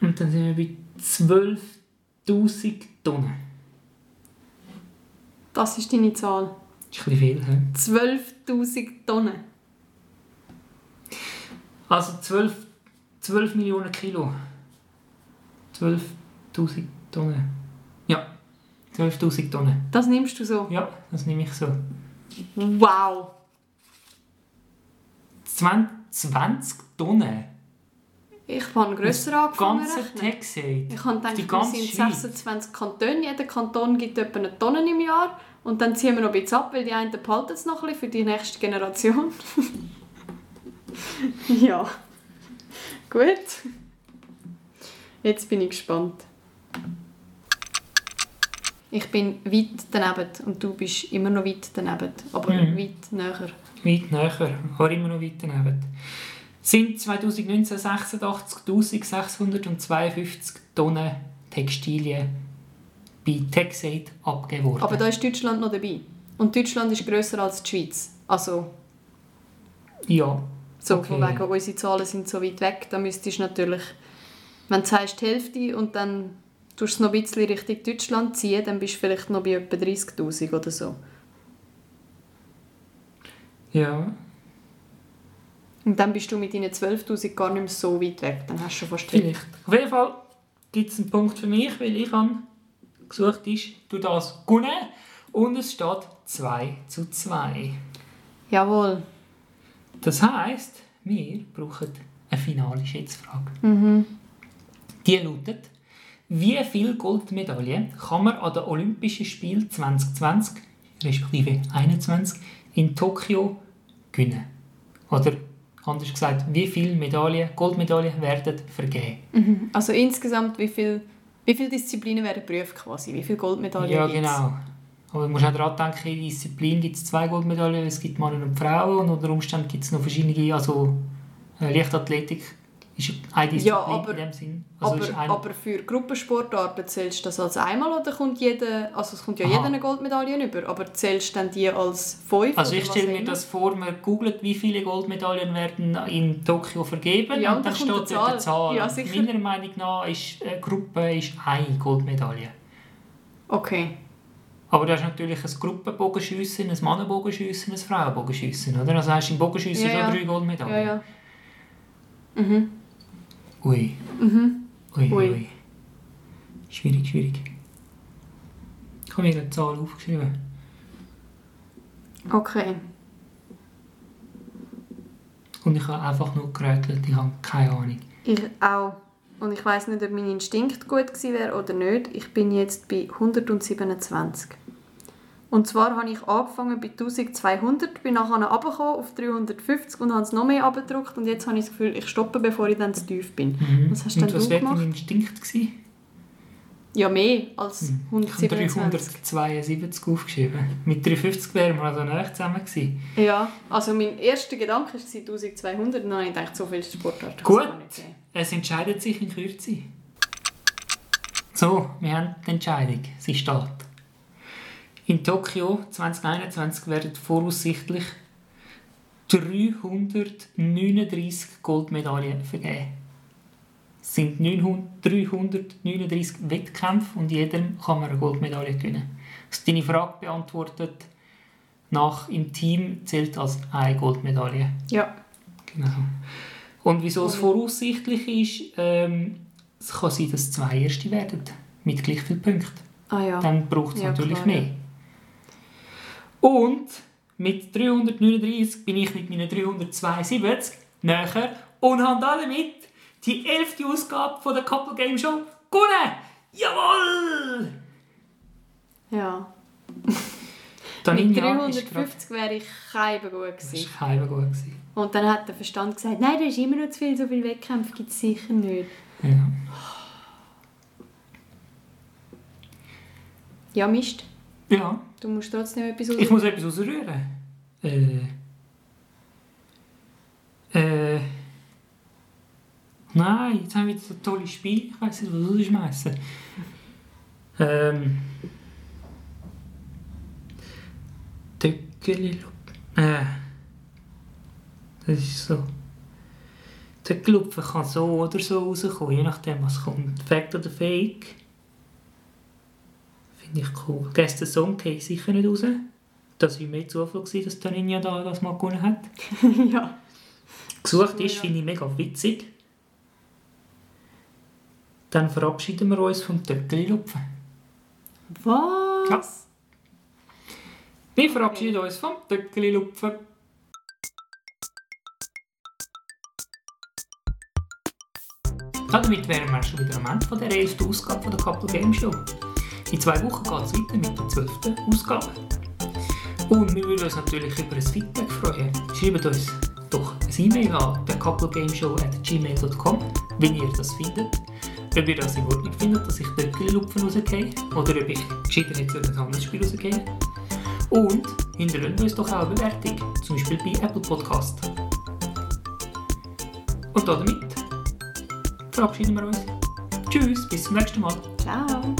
Speaker 1: Und dann sind wir bei 12.000 Tonnen.
Speaker 2: Das ist deine Zahl.
Speaker 1: Das ist ein bisschen viel, hä?
Speaker 2: 12.000 Tonnen.
Speaker 1: Also 12, 12 Millionen Kilo. 12.000 Tonnen. Ja, 12.000 Tonnen.
Speaker 2: Das nimmst du so.
Speaker 1: Ja, das nehme ich so.
Speaker 2: Wow.
Speaker 1: 20, 20 Tonnen?
Speaker 2: Ich habe grösser angefangen zu
Speaker 1: Ganze
Speaker 2: rechnen.
Speaker 1: Texade.
Speaker 2: Ich habe
Speaker 1: Die
Speaker 2: gedacht,
Speaker 1: ganze
Speaker 2: wir sind
Speaker 1: Schweiz.
Speaker 2: 26 Kantone. Jeder Kanton gibt etwa eine Tonne im Jahr. Und dann ziehen wir noch ein bisschen ab, weil die einen behalten es noch ein bisschen für die nächste Generation. ja. Gut. Jetzt bin ich gespannt. Ich bin weit daneben und du bist immer noch weit daneben, aber
Speaker 1: Mhm.
Speaker 2: weit näher.
Speaker 1: Weit näher, aber immer noch weiter neben. Sind 2019 86.652 Tonnen Textilien bei Texade abgeworden.
Speaker 2: Aber da ist Deutschland noch dabei. Und Deutschland ist grösser als die Schweiz. Also
Speaker 1: ja.
Speaker 2: So,
Speaker 1: Okay.
Speaker 2: von wegen, unsere Zahlen sind so weit weg, dann müsstest du natürlich, wenn du sagst, die Hälfte und dann tust du es noch ein bisschen Richtung Deutschland ziehen, dann bist du vielleicht noch bei etwa 30'000 oder so.
Speaker 1: Ja.
Speaker 2: Und dann bist du mit deinen 12'000 gar nicht mehr so weit weg, dann hast du schon fast die
Speaker 1: Vielleicht. Auf jeden Fall gibt es einen Punkt für mich, weil ich habe gesucht ist, du das gewonnen und es steht 2 zu 2.
Speaker 2: Jawohl.
Speaker 1: Das heisst, wir brauchen eine finale Schätzfrage. Die lautet, wie viele Goldmedaillen kann man an den Olympischen Spielen 2020 respektive 21 in Tokio gewinnen? Oder anders gesagt, wie viele Medaillen, Goldmedaillen werden vergeben?
Speaker 2: Also insgesamt, wie viel wie viele Disziplinen werden geprüft quasi? Wie viele Goldmedaillen
Speaker 1: Ja,
Speaker 2: gibt's?
Speaker 1: genau. Aber du musst auch daran denken, in der Disziplin gibt es zwei Goldmedaillen, es gibt Männer und Frauen und unter Umständen gibt es noch verschiedene, also äh, Leichtathletik ist eine Disziplin
Speaker 2: aber-
Speaker 1: in dem Sinn. Also ist
Speaker 2: aber,
Speaker 1: ein,
Speaker 2: aber für Gruppensportarten zählst du das als einmal oder kommt jeder, also es kommt ja
Speaker 1: Aha.
Speaker 2: jeder eine Goldmedaille über, aber zählst du dann die als fünf?
Speaker 1: also
Speaker 2: oder
Speaker 1: ich
Speaker 2: was
Speaker 1: stelle
Speaker 2: auch
Speaker 1: mir
Speaker 2: immer?
Speaker 1: das vor, man googelt, wie viele Goldmedaillen werden in Tokio vergeben
Speaker 2: Ja,
Speaker 1: und
Speaker 2: und
Speaker 1: dann
Speaker 2: dann
Speaker 1: steht dort
Speaker 2: kommt eine
Speaker 1: eine
Speaker 2: Zahl.
Speaker 1: Zahl.
Speaker 2: Ja,
Speaker 1: Und
Speaker 2: sicher.
Speaker 1: Meiner Meinung nach ist eine Gruppe ist eine Goldmedaille.
Speaker 2: Okay.
Speaker 1: Aber du hast natürlich ein Gruppenbogenschiessen, ein Mannenbogenschiessen, ein Frauenbogenschiessen, oder? Also hast du im Bogenschiessen
Speaker 2: Ja,
Speaker 1: schon
Speaker 2: ja.
Speaker 1: drei Goldmedaillen.
Speaker 2: Ja, ja. Mhm.
Speaker 1: Ui.
Speaker 2: Mhm.
Speaker 1: Ui, ui.
Speaker 2: Ui.
Speaker 1: ui. Schwierig, schwierig. Ich habe mir eine Zahl aufgeschrieben.
Speaker 2: Okay.
Speaker 1: Und ich habe einfach nur gerätselt, ich habe keine Ahnung.
Speaker 2: Ich auch. Und ich weiß nicht, ob mein Instinkt gut gewesen wäre oder nicht. Ich bin jetzt bei 127. Und zwar habe ich angefangen bei 1200, bin nachher runtergekommen auf 350 und habe es noch mehr runtergedrückt. Und jetzt habe ich das Gefühl, ich stoppe, bevor ich dann zu tief bin. Was hast
Speaker 1: Mhm. Und
Speaker 2: denn du
Speaker 1: was wäre dein
Speaker 2: gemacht?
Speaker 1: Instinkt gewesen?
Speaker 2: Ja, mehr als
Speaker 1: Ich habe
Speaker 2: 127.
Speaker 1: 372 aufgeschrieben. Mit 350 wären wir also näher zusammen gewesen.
Speaker 2: Ja, also mein erster Gedanke war 1200 und dann habe ich gedacht, so viel Sportart
Speaker 1: Gut.
Speaker 2: kann nicht sein.
Speaker 1: Es entscheidet sich in Kürze. So, wir haben die Entscheidung. Sie steht. In Tokio 2021 werden voraussichtlich 339 Goldmedaillen vergeben. Es sind 900 339 Wettkämpfe und jedem kann man eine Goldmedaille gewinnen. Das ist deine Frage beantwortet. Nach im Team zählt als eine Goldmedaille.
Speaker 2: Ja.
Speaker 1: Genau. Und wieso es voraussichtlich ist, ähm, es kann sein, dass zwei Erste werden mit gleich vielen Punkten.
Speaker 2: Ah ja.
Speaker 1: Dann braucht es
Speaker 2: Ja,
Speaker 1: natürlich
Speaker 2: klar,
Speaker 1: mehr. Und mit 339 bin ich mit meinen 372 näher und habe damit die 11. Ausgabe von der Couple Game Show gewonnen. Jawohl!
Speaker 2: ja. Mit
Speaker 1: Daninja ist gerade
Speaker 2: 350 wäre ich kein gut
Speaker 1: das
Speaker 2: gewesen.
Speaker 1: ist keiner gut gewesen.
Speaker 2: Und dann hat der Verstand gesagt, nein, da ist immer noch zu viel, so viele Wettkämpfe gibt es sicher nicht.
Speaker 1: Ja.
Speaker 2: Ja, Mist.
Speaker 1: ja.
Speaker 2: Du musst trotzdem etwas
Speaker 1: Ich
Speaker 2: aus...
Speaker 1: muss etwas ausrühren. Äh. Äh. Nein, jetzt haben wir wieder so ein tolles Spiel. Ich weiß nicht, was rausschmeißen. Ähm. Töckeli. Äh. Das ist so. Der Klopfen kann so oder so rauskommen, je nachdem was kommt. Fact oder Fake. Finde ich cool. Guess the Song kam sicher nicht raus. Das war mehr Zufall, gewesen, dass Taninja da das mal gewonnen hat.
Speaker 2: ja.
Speaker 1: Gesucht
Speaker 2: Cool,
Speaker 1: ist,
Speaker 2: ja.
Speaker 1: finde ich mega witzig. Dann verabschieden wir uns vom Töckeli-Lupfen.
Speaker 2: Was?
Speaker 1: Wir verabschieden uns vom Töckeli-Lupfen. Damit wären wir schon wieder am Ende von der ersten Ausgabe von der Couple Game Show. In zwei Wochen geht es weiter mit der zwölften Ausgabe. Und wir würden uns natürlich über ein Feedback freuen. Schreibt uns doch ein E-Mail an thecouplegameshow.gmail.com, wenn ihr das findet. Ob ihr das in Ordnung findet, dass ich Töckeli-Lupfen rausgehe oder ob ich gescheiter jetzt ein anderes Spiel rausgehe. Und hinterlasst uns doch auch eine Bewertung, zum Beispiel bei Apple Podcast. Und damit verabschieden wir uns. Tschüss, bis zum nächsten Mal.
Speaker 2: Ciao.